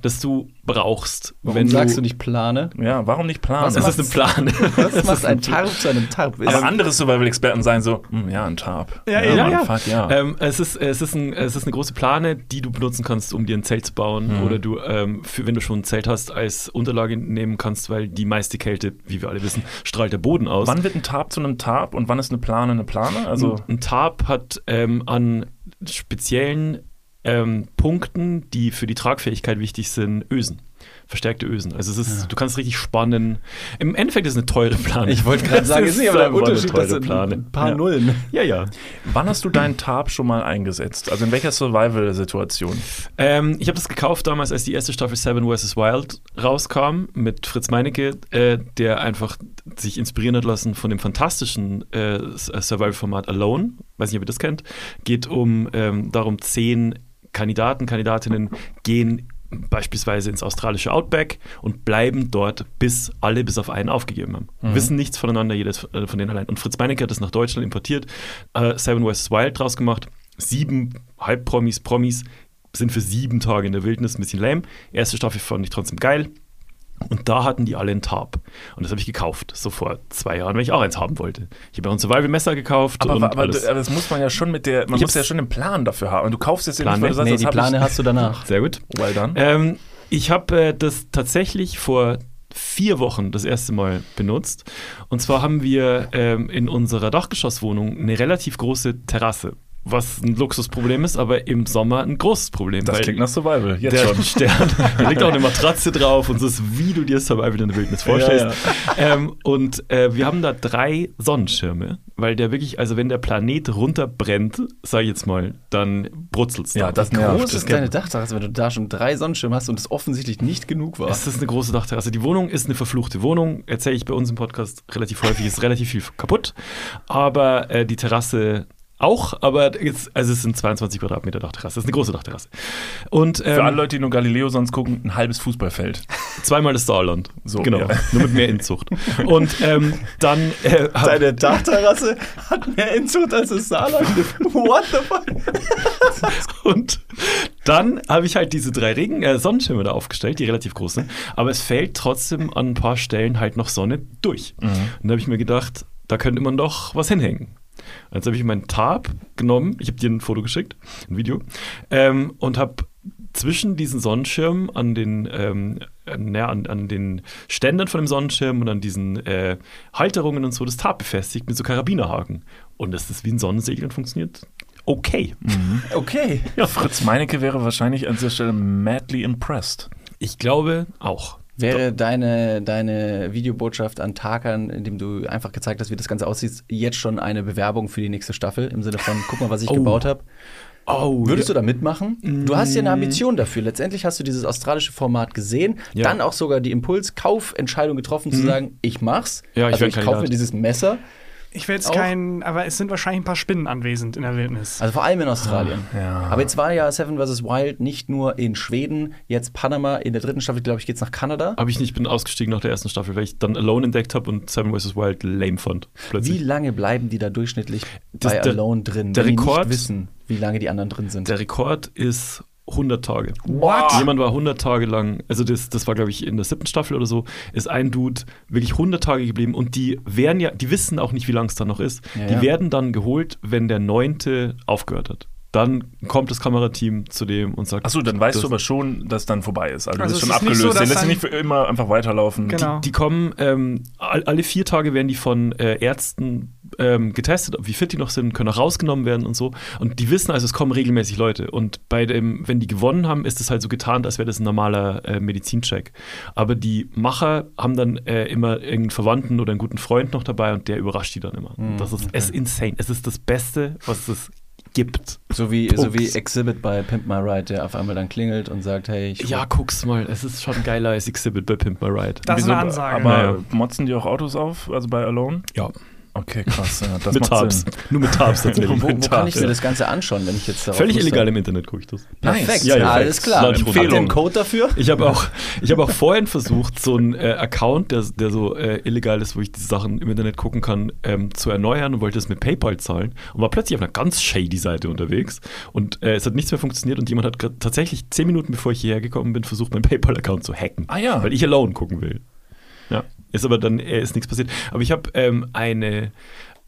das du brauchst,
Warum
wenn
sagst du
du
nicht plane?
Ja, warum nicht planen?
Was
das ist ein Plan.
Was macht ein Tarp zu einem Tarp? Ist
Aber andere Survival-Experten sein so, hm, ja, ein Tarp.
Ja,
ja,
Mann,
ja.
Fuck, ja.
Ah.
Ähm, es, ist, es, ist ein, es ist eine große Plane, die du benutzen kannst, um dir ein Zelt zu
Mhm.
bauen. Oder du, ähm, für, wenn du schon ein Zelt hast, als Unterlage nehmen kannst, weil die meiste Kälte, wie wir alle wissen, strahlt der Boden aus.
Wann wird ein Tarp zu einem Tarp und wann ist eine Plane eine Plane? Also,
Ein Tarp hat ähm, an speziellen ähm, Punkten, die für die Tragfähigkeit wichtig sind, Ösen. Verstärkte Ösen. Also es ist, du kannst richtig spannen. Im Endeffekt ist es eine teure Plane.
Ich wollte gerade
Es
sagen, es ist nicht aber der
einfach eine
Unterschied,
teure
das sind
Plane.
ein paar
ja.
Nullen.
Ja, ja.
wann hast du deinen Tarp schon mal eingesetzt? Also in welcher Survival-Situation?
Ähm, ich habe das gekauft damals, als die erste Staffel Seven vs. Wild rauskam, mit Fritz Meinecke, äh, der einfach sich inspirieren hat lassen von dem fantastischen äh, Survival-Format Alone. Weiß nicht, ob ihr das kennt. Geht um ähm, darum, zehn Kandidaten, Kandidatinnen gehen beispielsweise ins australische Outback und bleiben dort, bis alle bis auf einen aufgegeben haben. Wissen nichts voneinander, jedes äh, von denen allein. Und Fritz Meinecke hat das nach Deutschland importiert, äh, Seven vs. Wild draus gemacht. Sieben Halbpromis, Promis sind für sieben Tage in der Wildnis ein bisschen lame. Erste Staffel fand ich trotzdem geil. Und da hatten die alle einen Tarp. Und das habe ich gekauft. So vor zwei Jahren, weil ich auch eins haben wollte. Ich habe mir ein Survival-Messer gekauft
Aber,
und
aber, aber
alles.
das muss man ja schon mit der, man muss
hab's-
ja schon einen Plan dafür haben. Und du kaufst jetzt ja
Plane?
nicht, weil du sagst,
Nee,
das
die
hab
Plane
ich,
hast du
äh,
danach.
Sehr gut.
Well done.
Ähm, ich habe äh, das tatsächlich vor vier Wochen das erste Mal benutzt. Und zwar haben wir ähm, in unserer Dachgeschosswohnung eine relativ große Terrasse. Was ein Luxusproblem ist, aber im Sommer ein großes Problem.
Das
weil
klingt nach Survival, jetzt
der
schon.
Stern. Da liegt auch eine Matratze drauf und so ist, wie du dir Survival in der Wildnis vorstellst. Ähm, und äh, wir haben da drei Sonnenschirme, weil der wirklich, also wenn der Planet runterbrennt, sag ich jetzt mal, dann brutzelt's
Ja,
da.
das nervt.
Groß ist deine Dachterrasse, wenn du da schon drei Sonnenschirme hast und es offensichtlich nicht genug war.
Es ist eine große Dachterrasse. Die Wohnung ist eine verfluchte Wohnung. Erzähle ich bei uns im Podcast relativ häufig. Ist relativ viel kaputt. Aber äh, die Terrasse auch. Aber jetzt, also es sind 22 Quadratmeter Dachterrasse. Es ist eine große Dachterrasse. Und ähm,
Für alle Leute, die nur Galileo sonst gucken, ein halbes Fußballfeld.
zweimal das Saarland.
So,
genau.
ja.
Nur mit mehr Inzucht. Und ähm, dann äh, hab-
Deine Dachterrasse hat mehr Inzucht als das Saarland. What the fuck?
Und dann habe ich halt diese drei Regen, äh, Sonnenschirme da aufgestellt, die relativ groß sind. Aber es fällt trotzdem an ein paar Stellen halt noch Sonne durch. Und da habe ich mir gedacht, da könnte man doch was hinhängen. Jetzt habe ich meinen Tarp genommen, ich habe dir ein Foto geschickt, ein Video, ähm, und habe zwischen diesen Sonnenschirmen an den, ähm, äh, na, an, an den Ständern von dem Sonnenschirm und an diesen äh, Halterungen und so das Tarp befestigt mit so Karabinerhaken. Und das ist wie ein Sonnensegel und funktioniert okay.
Okay.
Ja, Fritz Meinecke wäre wahrscheinlich an dieser Stelle madly impressed.
Ich glaube auch.
Wäre deine, deine Videobotschaft an Tarkan, indem du einfach gezeigt hast, wie das Ganze aussieht, jetzt schon eine Bewerbung für die nächste Staffel im Sinne von, guck mal, was ich gebaut habe?
Oh, Mm.
Würdest du da mitmachen? Du hast ja eine Ambition dafür. Letztendlich hast du dieses australische Format gesehen,
Ja. Mhm.
dann auch sogar die Impulskaufentscheidung getroffen, zu sagen, ich mach's.
Ja, ich
also
werd
ich kaufe
Kandidat.
mir dieses Messer.
Ich will jetzt
Auch?
keinen, aber es sind wahrscheinlich ein paar Spinnen anwesend in der Wildnis.
Also vor allem in Australien. Aber jetzt war ja Seven vs. Wild nicht nur in Schweden, jetzt Panama, in der dritten Staffel, glaube ich, geht's nach Kanada.
Habe ich nicht, bin ausgestiegen nach der ersten Staffel, weil ich dann Alone entdeckt habe und Seven vs. Wild lame fand.
Wie
Plötzlich.
lange bleiben die da durchschnittlich
Das-
bei
der-
Alone drin,
der
wenn die
Rekord-
nicht wissen, wie lange die anderen drin sind?
der Rekord ist 100 Tage.
What?
Jemand war 100 Tage lang, also das, das war glaube ich in der siebten Staffel oder so, ist ein Dude wirklich 100 Tage geblieben und die werden ja, die wissen auch nicht, wie lang es dann noch ist.
Ja,
die
ja.
werden dann geholt, wenn der neunte aufgehört hat. Dann kommt das Kamerateam zu dem und sagt,
Achso, dann weißt
Das-
du aber schon, dass dann vorbei ist.
Also
Also, du bist
es
schon
ist nicht
abgelöst.
so,
der
dass
lässt dich
dann-
nicht für immer einfach weiterlaufen.
Genau.
Die kommen, ähm, all- alle vier Tage werden die von äh, Ärzten ähm, getestet, ob- wie fit die noch sind, können auch rausgenommen werden und so. Und die wissen also, es kommen regelmäßig Leute. Und bei dem, wenn die gewonnen haben, ist es halt so getarnt, als wäre das ein normaler äh, Medizincheck. Aber die Macher haben dann äh, immer irgendeinen Verwandten oder einen guten Freund noch dabei und der überrascht die dann immer.
Mhm.
das ist es ist insane. Es ist das Beste, was es gibt.
So wie, so wie
Pups.
Exhibit bei Pimp My Ride, der auf einmal dann klingelt und sagt, hey, ich
Ja, guck's mal. Es ist schon geiler als Exhibit bei Pimp My Ride.
das ist eine
Wieso?
Ansage.
Aber
Ja, ja.
motzen die auch Autos auf, also bei Alone?
Ja.
Okay, krass. Ja, das
mit
macht
Tabs.
Sinn.
Nur mit Tabs
Wo,
tatsächlich.
wo
Mit
kann ich
Tabs,
mir
ja.
das Ganze anschauen, wenn ich jetzt darauf
Völlig
Lust
illegal
habe?
im Internet gucke ich das.
Perfekt,
Ja, ja,
alles klar.
Lade ich runter.
Habt ihr einen Code dafür?
Ich habe auch, ich hab auch vorhin versucht, so einen äh, Account, der, der so äh, illegal ist, wo ich die Sachen im Internet gucken kann, ähm, zu erneuern und wollte es mit PayPal zahlen und war plötzlich auf einer ganz shady Seite unterwegs und äh, es hat nichts mehr funktioniert und jemand hat grad tatsächlich zehn Minuten bevor ich hierher gekommen bin, versucht, meinen PayPal-Account zu hacken.
Ah ja.
Weil ich alone gucken will. Ja, ist aber dann äh, ist nichts passiert. Aber ich habe ähm, eine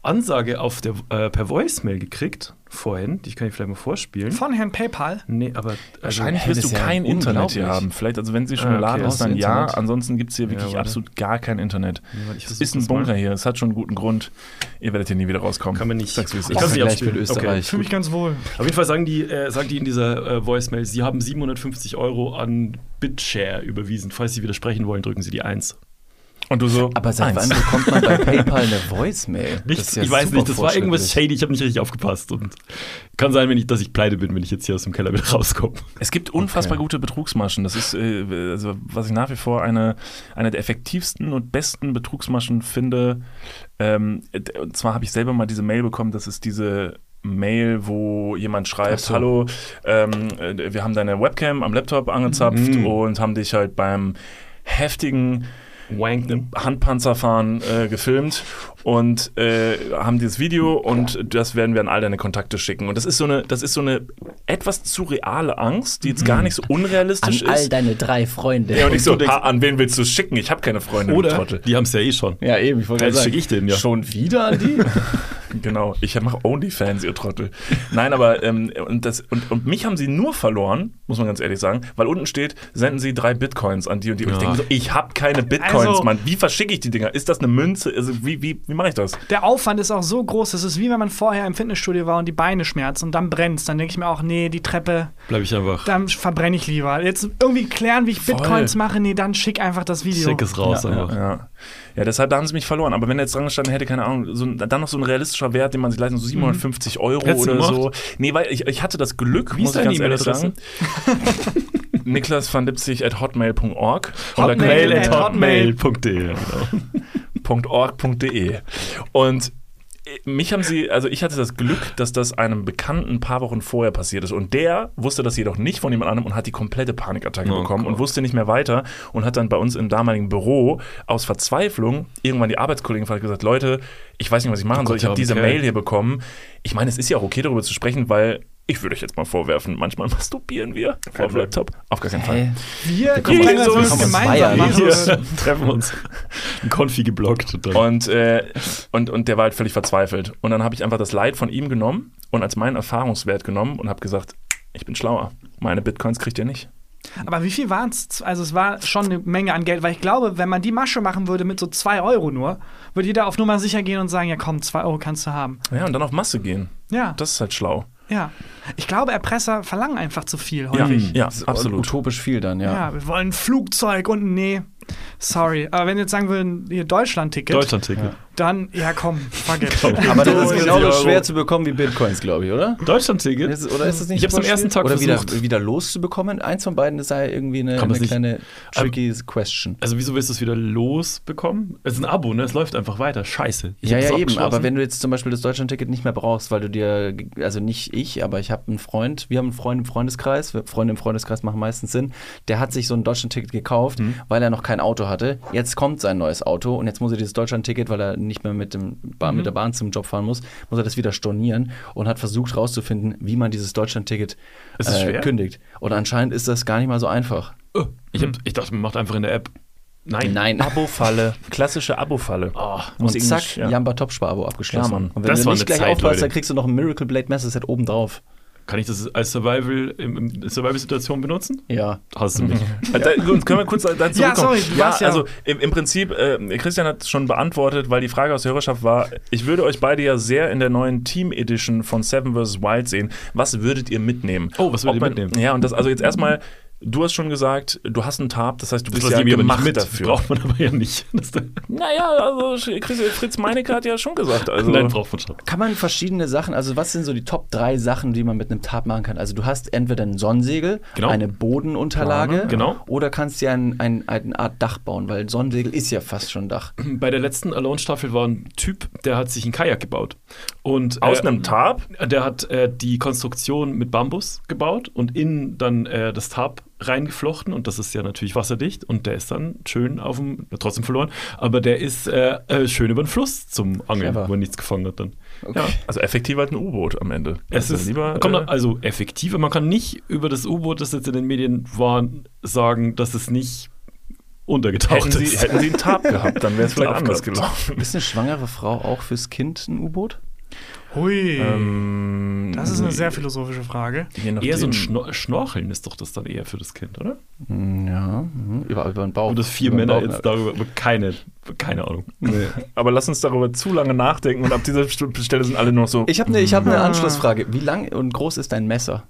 Ansage auf der, äh, per Voicemail gekriegt vorhin, die kann ich vielleicht mal vorspielen.
Von Herrn PayPal.
Nee, aber also,
Wahrscheinlich wirst
das
du
ist ja
kein Internet hier
unglaublich.
haben. Vielleicht, also wenn sie schon
Ah,
im
okay,
Laden
aus
ist, dann
dem
ja.
Internet.
Ansonsten gibt es hier wirklich
warte.
absolut gar kein Internet.
warte, ich
Es
versuch
ist ein
das mal.
Bunker hier. Es hat schon einen guten Grund. Ihr werdet hier nie wieder rauskommen.
Kann man nicht.
Sag's, wie es
Ich
ist.
kann sie
Vergleich
abspielen.
mit Österreich.
Fühle mich ganz wohl.
Auf jeden Fall sagen die, äh, sagen die in dieser äh, Voicemail, sie haben 750 Euro an BitShare überwiesen. Falls sie widersprechen wollen, drücken sie die 1.
Und du so.
Aber seit
eins.
wann bekommt man bei PayPal eine Voicemail?
Nicht,
Das ist ja
ich weiß
super
nicht, das war irgendwas
fortschrittlich.
shady, ich habe nicht richtig aufgepasst. Und kann sein, wenn ich, dass ich pleite bin, wenn ich jetzt hier aus dem Keller wieder rauskomme.
Es gibt unfassbar gute Betrugsmaschen. Das ist, äh, also, was ich nach wie vor eine, eine der effektivsten und besten Betrugsmaschen finde. Ähm, d- und zwar habe ich selber mal diese Mail bekommen, das ist diese Mail, wo jemand schreibt,
so.
hallo, ähm, äh, wir haben deine Webcam am Laptop angezapft
Mhm.
und haben dich halt beim heftigen
Wanken.
Handpanzerfahren äh, gefilmt und äh, haben dieses Video und das werden wir an all deine Kontakte schicken. Und das ist so eine, das ist so eine etwas zu reale Angst, die jetzt gar nicht so unrealistisch
An all
ist.
deine drei Freunde.
Ja, und ich
du
so,
denkst-
ha, an wen willst du es schicken? Ich habe keine Freunde, du
Oder?
Trottel.
Die haben es ja eh schon.
Ja, eben, ich wollte
Das schicke ich denen, ja.
Schon wieder an die?
Genau, ich mache Onlyfans, ihr Trottel. Nein, aber ähm, und, das, und, und mich haben sie nur verloren, muss man ganz ehrlich sagen, weil unten steht, senden sie drei Bitcoins an die und die. Und ich
Ja.
denke so, ich habe keine Bitcoins,
Also-
Mann. Wie verschicke ich die Dinger? Ist das eine Münze? Also, wie wie, wie mache ich das?
Der Aufwand ist auch so groß, es ist wie wenn man vorher im Fitnessstudio war und die Beine schmerzen und dann brennst. Dann denke ich mir auch, nee, die Treppe,
Bleibe ich einfach.
dann verbrenne ich lieber. Jetzt irgendwie klären, wie ich Bitcoins mache, nee, dann schick einfach das Video.
Schick es raus
Ja,
einfach.
Ja. ja, deshalb da haben sie mich verloren. Aber wenn er jetzt dran gestanden hätte, keine Ahnung, so, ein- dann noch so ein realistischer Wert, den man sich leisten, so 750 Euro
Mhm. Hättest du
oder
gemacht?
so. Nee, weil ich, ich hatte das Glück,
Wie
muss
ist
ich
deine
ganz ehrlich sagen.
E-Mail-Adresse?
Niklas van Dipzig at hotmail.org
Mail at
Hotmail.
hotmail.de. ja, Genau.
.org.de. Und mich haben sie, also ich hatte das Glück, dass das einem Bekannten ein paar Wochen vorher passiert ist. Und der wusste das jedoch nicht von jemand anderem und hat die komplette Panikattacke
Oh
bekommen und
Gott.
wusste nicht mehr weiter und hat dann bei uns im damaligen Büro aus Verzweiflung irgendwann die Arbeitskollegen gefragt und gesagt, Leute, ich weiß nicht, was ich machen soll.
Oh Gott,
Ich habe
ja,
diese
okay.
Mail hier bekommen. Ich meine, es ist ja auch okay, darüber zu sprechen, weil ich würde euch jetzt mal vorwerfen, manchmal masturbieren wir vor dem Laptop. Auf gar keinen Fall.
Hä?
Wir,
kommen
die
wir-
Kleine,
so
das
kommen wir
gemeinsam
feiern.
machen.
Hier treffen wir uns. Ein Konfi geblockt. Und dann
Und, äh, und, und der war halt völlig verzweifelt. Und dann habe ich einfach das Leid von ihm genommen und als meinen Erfahrungswert genommen und habe gesagt, ich bin schlauer. Meine Bitcoins kriegt ihr nicht.
Aber wie viel waren es? Also es war schon eine Menge an Geld, weil ich glaube, wenn man die Masche machen würde mit so 2 Euro nur, würde jeder auf Nummer sicher gehen und sagen, ja komm, 2 Euro kannst du haben.
Ja, und dann auf Masse gehen.
Ja,
Das ist halt schlau.
ja. Ich glaube, Erpresser verlangen einfach zu viel
Ja,
häufig.
ja
Das ist
absolut.
Utopisch viel dann,
Ja.
ja.
wir wollen ein Flugzeug und ein- nee. Sorry. Aber wenn wir jetzt sagen würden, hier Deutschland-Ticket,
Deutschland-Ticket.
dann, ja komm, fuck it.
Aber das
So
ist
ist
genauso
die Euro.
schwer zu bekommen wie Bitcoins, glaube ich, oder?
Deutschland-Ticket?
Ist, oder ist das nicht
Ich hab's am
super
ersten
schwierig?
Tag
oder wieder,
versucht.
wieder loszubekommen. Eins von beiden sei irgendwie eine,
Kann
eine
man's nicht-
kleine tricky question.
Also wieso willst du es wieder losbekommen? Es ist ein Abo, ne? Es läuft einfach weiter. Scheiße. Ich
Ja,
hab's
ja, eben.
abgeschlossen.
Aber wenn du jetzt zum Beispiel das Deutschlandticket nicht mehr brauchst, weil du dir, also nicht ich, aber ich habe einen Freund, wir haben einen Freund im Freundeskreis, wir- Freunde im Freundeskreis machen meistens Sinn, der hat sich so ein Deutschlandticket gekauft,
Mhm.
weil er noch kein Auto hatte. Jetzt kommt sein neues Auto und jetzt muss er dieses Deutschlandticket, weil er nicht mehr mit, dem Bahn,
Mhm.
mit der Bahn zum Job fahren muss, muss er das wieder stornieren und hat versucht herauszufinden, wie man dieses Deutschlandticket
Es ist
äh,
schwer.
kündigt. Und anscheinend ist das gar nicht mal so einfach.
Oh, ich, hab, ich dachte, man macht einfach in der App. Nein.
Nein.
Abo-Falle. Klassische Abo-Falle.
Oh,
Und
Englisch,
zack,
ja.
Jamba Top-Sparabo abgeschlossen.
Klar, Mann.
Und wenn
Das
du
war
nicht
eine
gleich
Zeit,
aufpasst,
Leute.
dann kriegst du noch ein Miracle Blade Master Set obendrauf.
kann ich das als Survival im, im Survival-Situation benutzen?
Ja.
Hast du mich.
Mhm. Äh, Da, gut, können wir kurz dazu
Ja,
zurückkommen?
sorry, du
ja,
warst ja-
also im, im Prinzip, äh, Christian hat es schon beantwortet, weil die Frage aus der Hörerschaft war, ich würde euch beide ja sehr in der neuen Team Edition von Seven vs. Wild sehen. Was würdet ihr mitnehmen?
Oh, was würdet
Ob
ihr
man-
mitnehmen?
Ja, und das also jetzt erstmal Du hast schon gesagt, du hast einen Tab, das heißt, du bist
Das
ja
gebe ich aber nicht
gemacht
mit.
dafür.
Braucht man aber ja nicht. Das,
Naja, also Chris- Fritz Meinecke hat ja schon gesagt. Also,
Nein, braucht man schon.
Kann man verschiedene Sachen, also was sind so die Top 3 Sachen, die man mit einem Tarp machen kann? Also du hast entweder ein Sonnensegel,
Genau.
eine Bodenunterlage
Genau.
oder kannst dir ein, ein, eine Art Dach bauen, weil Sonnensegel ist ja fast schon Dach.
Bei der letzten Alone-Staffel war ein Typ, der hat sich ein Kajak gebaut. Und,
aus
äh,
einem Tab?
Der hat äh, die Konstruktion mit Bambus gebaut und innen dann äh, das Tarp reingeflochten und das ist ja natürlich wasserdicht und der ist dann schön auf dem, trotzdem verloren, aber der ist äh, äh, schön über den Fluss zum Angeln,
Clever.
wo er nichts gefangen hat dann.
Ja, also effektiver als ein U-Boot am Ende.
Es
Also
ist
lieber.
kommt,
äh,
also effektiver. Man kann nicht über das U-Boot, das jetzt in den Medien war, sagen, dass es nicht untergetaucht
hätten, sie,
ist.
hätten sie einen Tab gehabt, dann wäre es vielleicht anders
Aufgehabt.
gelaufen.
Ist eine schwangere Frau auch fürs Kind ein U-Boot?
Hui.
Ähm,
Hm,
das ist eine sehr philosophische Frage.
je nachdem.
Eher so ein Schno Schnorcheln ist doch das dann eher für das Kind, oder?
Mm, Ja, mhm. über, über den Bauch.
Und dass vier
über den
Männer
Bauch- ne.
jetzt darüber, aber keine, keine Ahnung.
Aber lass uns darüber zu lange nachdenken und ab dieser Stu- Stelle sind alle nur noch so.
Ich habe eine hab ne Anschlussfrage. Wie lang und groß ist dein Messer?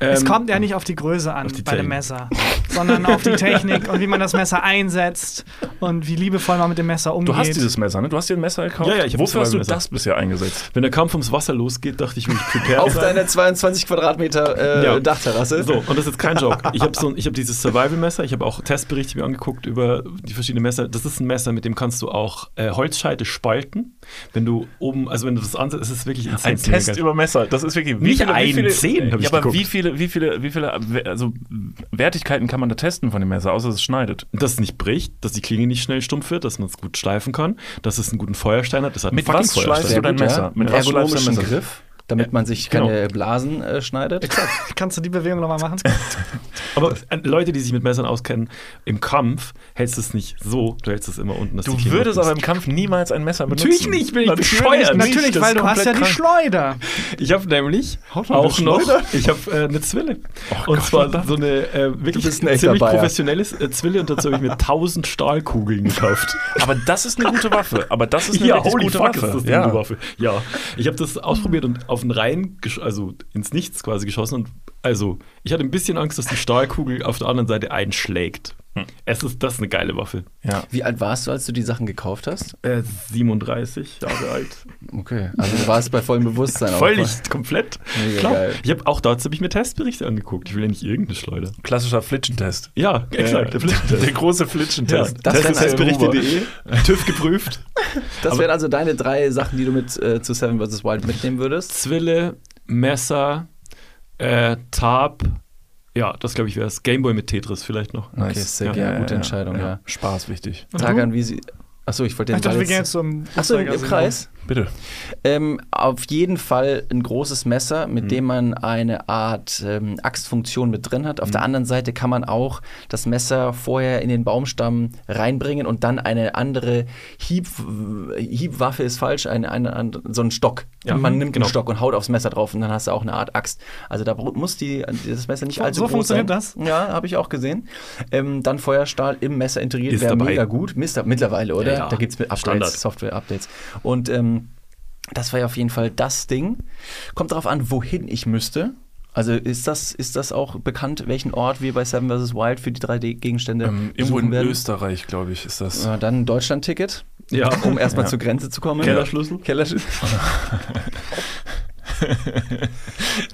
es
Ähm,
kommt ja nicht auf die Größe an
die
bei dem
Technik.
Messer, sondern auf die Technik und wie man das Messer einsetzt und wie liebevoll man mit dem Messer umgeht.
du hast dieses Messer, ne? Du hast dir ein Messer gekauft.
Ja, ja, ich hab
Wofür
zwei
hast du
Messer.
das bisher eingesetzt?
Wenn der Kampf ums Wasser losgeht, dachte ich, will ich prepared
Auf
sein.
deiner 22 Quadratmeter äh,
Ja.
Dachterrasse.
So, und das ist jetzt kein Joke. Ich habe so ein- ich hab dieses Survival-Messer, ich habe auch Testberichte mir angeguckt über die verschiedenen Messer. Das ist ein Messer, mit dem kannst du auch äh, Holzscheite spalten. Wenn du oben, also wenn du das ansetzt, es ist wirklich
Ein
insane.
Test über Messer. Das ist wirklich.
Nicht ein, zehn
Ja,
hab ich
aber
geguckt.
wie viele, wie viele, wie viele, also Wertigkeiten kann man da testen von dem Messer, außer es schneidet.
Dass es nicht bricht, dass die Klinge nicht schnell stumpf wird, dass man es gut schleifen kann, dass es einen guten Feuerstein hat. Das hat
Mit
einen
was schleifst du dein
ja.
Messer? Mit was schleifst du dein
ergonomischen
Messer?
Griff, damit man sich
genau.
keine Blasen äh, schneidet.
Kannst du die Bewegung nochmal machen?
Aber äh, Leute, die sich mit Messern auskennen, im Kampf hältst du es nicht so, du hältst es immer unten. dass die
Du
Klinge
würdest
hoch
aber im Kampf niemals ein Messer benutzen.
Natürlich nicht, bin ich
Natürlich
bescheuert.
nicht,
Natürlich,
das
weil
ist
du hast ja
komplett
die
krank.
Schleuder.
Ich habe nämlich
Haut mal
auch
eine
noch,
Schleuder.
ich habe äh, eine Zwille. und zwar so eine äh, wirklich
bist ein echter
ziemlich
Bayer.
professionelle äh, Zwille und dazu habe ich mir 1000 Stahlkugeln gekauft.
Aber das ist eine gute Waffe. Aber das ist eine
ja,
wirklich
holy
gute
fuck,
Waffe.
ist das eine
ja.
gute Waffe. Ja, ich habe das ausprobiert und auf den Rhein, gesch- also ins Nichts quasi geschossen und also ich hatte ein bisschen Angst, dass die Stahlkugel auf der anderen Seite einschlägt. Es ist das ist eine geile Waffe.
Ja.
Wie alt warst du, als du die Sachen gekauft hast?
Äh, 37 Jahre alt.
Okay, also du warst bei vollem Bewusstsein. auch.
Völlig komplett.
Mega
Klar.
geil.
Ich habe auch dazu habe ich mir Testberichte angeguckt. Ich will ja nicht irgendeine Schleuder.
Klassischer Flitschentest.
Ja, exakt.
Der,
Der Fliptest.
der große Flitschentest.
Das
Test-
wären also-
Testberichte.de, TÜV geprüft.
Das wären also deine drei Sachen, die du mit äh, zu Seven vs. Wild mitnehmen würdest.
Zwille, Messer, äh, Tab. Ja, das glaube ich wäre es. Gameboy mit Tetris vielleicht noch.
Okay, sehr
Ja,
gerne. gute Entscheidung, ja.
Spaß wichtig.
Tagan, wie sie. Achso, ich wollte
Ich
den
dachte,
Ball
wir gehen jetzt zum
Achso, im, im
Uhrzeigersinn.
Kreis.
Bitte.
Ähm, auf jeden Fall ein großes Messer,
Mhm.
mit dem man eine Art ähm, Axtfunktion mit drin hat. Auf
Mhm.
der anderen Seite kann man auch das Messer vorher in den Baumstamm reinbringen und dann eine andere Hieb, Hiebwaffe ist falsch, eine, eine, andere- so einen Stock.
Ja,
man nimmt
genau.
einen Stock und haut aufs Messer drauf und dann hast du auch eine Art Axt. Also da br- muss die, das Messer nicht
So-
allzu
so
groß sein.
funktioniert das?
Ja, habe ich auch gesehen. Ähm, dann Feuerstahl im Messer integriert,
Ist
wäre
dabei.
mega gut. Mister, mittlerweile, oder?
Ja, ja.
Da gibt es mit
Standard.
Updates, Software-Updates. Und ähm, das war ja auf jeden Fall das Ding. Kommt darauf an, wohin ich müsste. Also ist das, ist das auch bekannt, welchen Ort wir bei Seven vs. Wild für die 3D-Gegenstände
Ähm, irgendwo
suchen
in
werden?
Österreich, glaube ich, ist das.
Ja, dann ein Deutschland-Ticket,
Ja.
um erstmal
Ja.
zur Grenze zu kommen.
Kellerschlüssel?
Kellerschlüssel.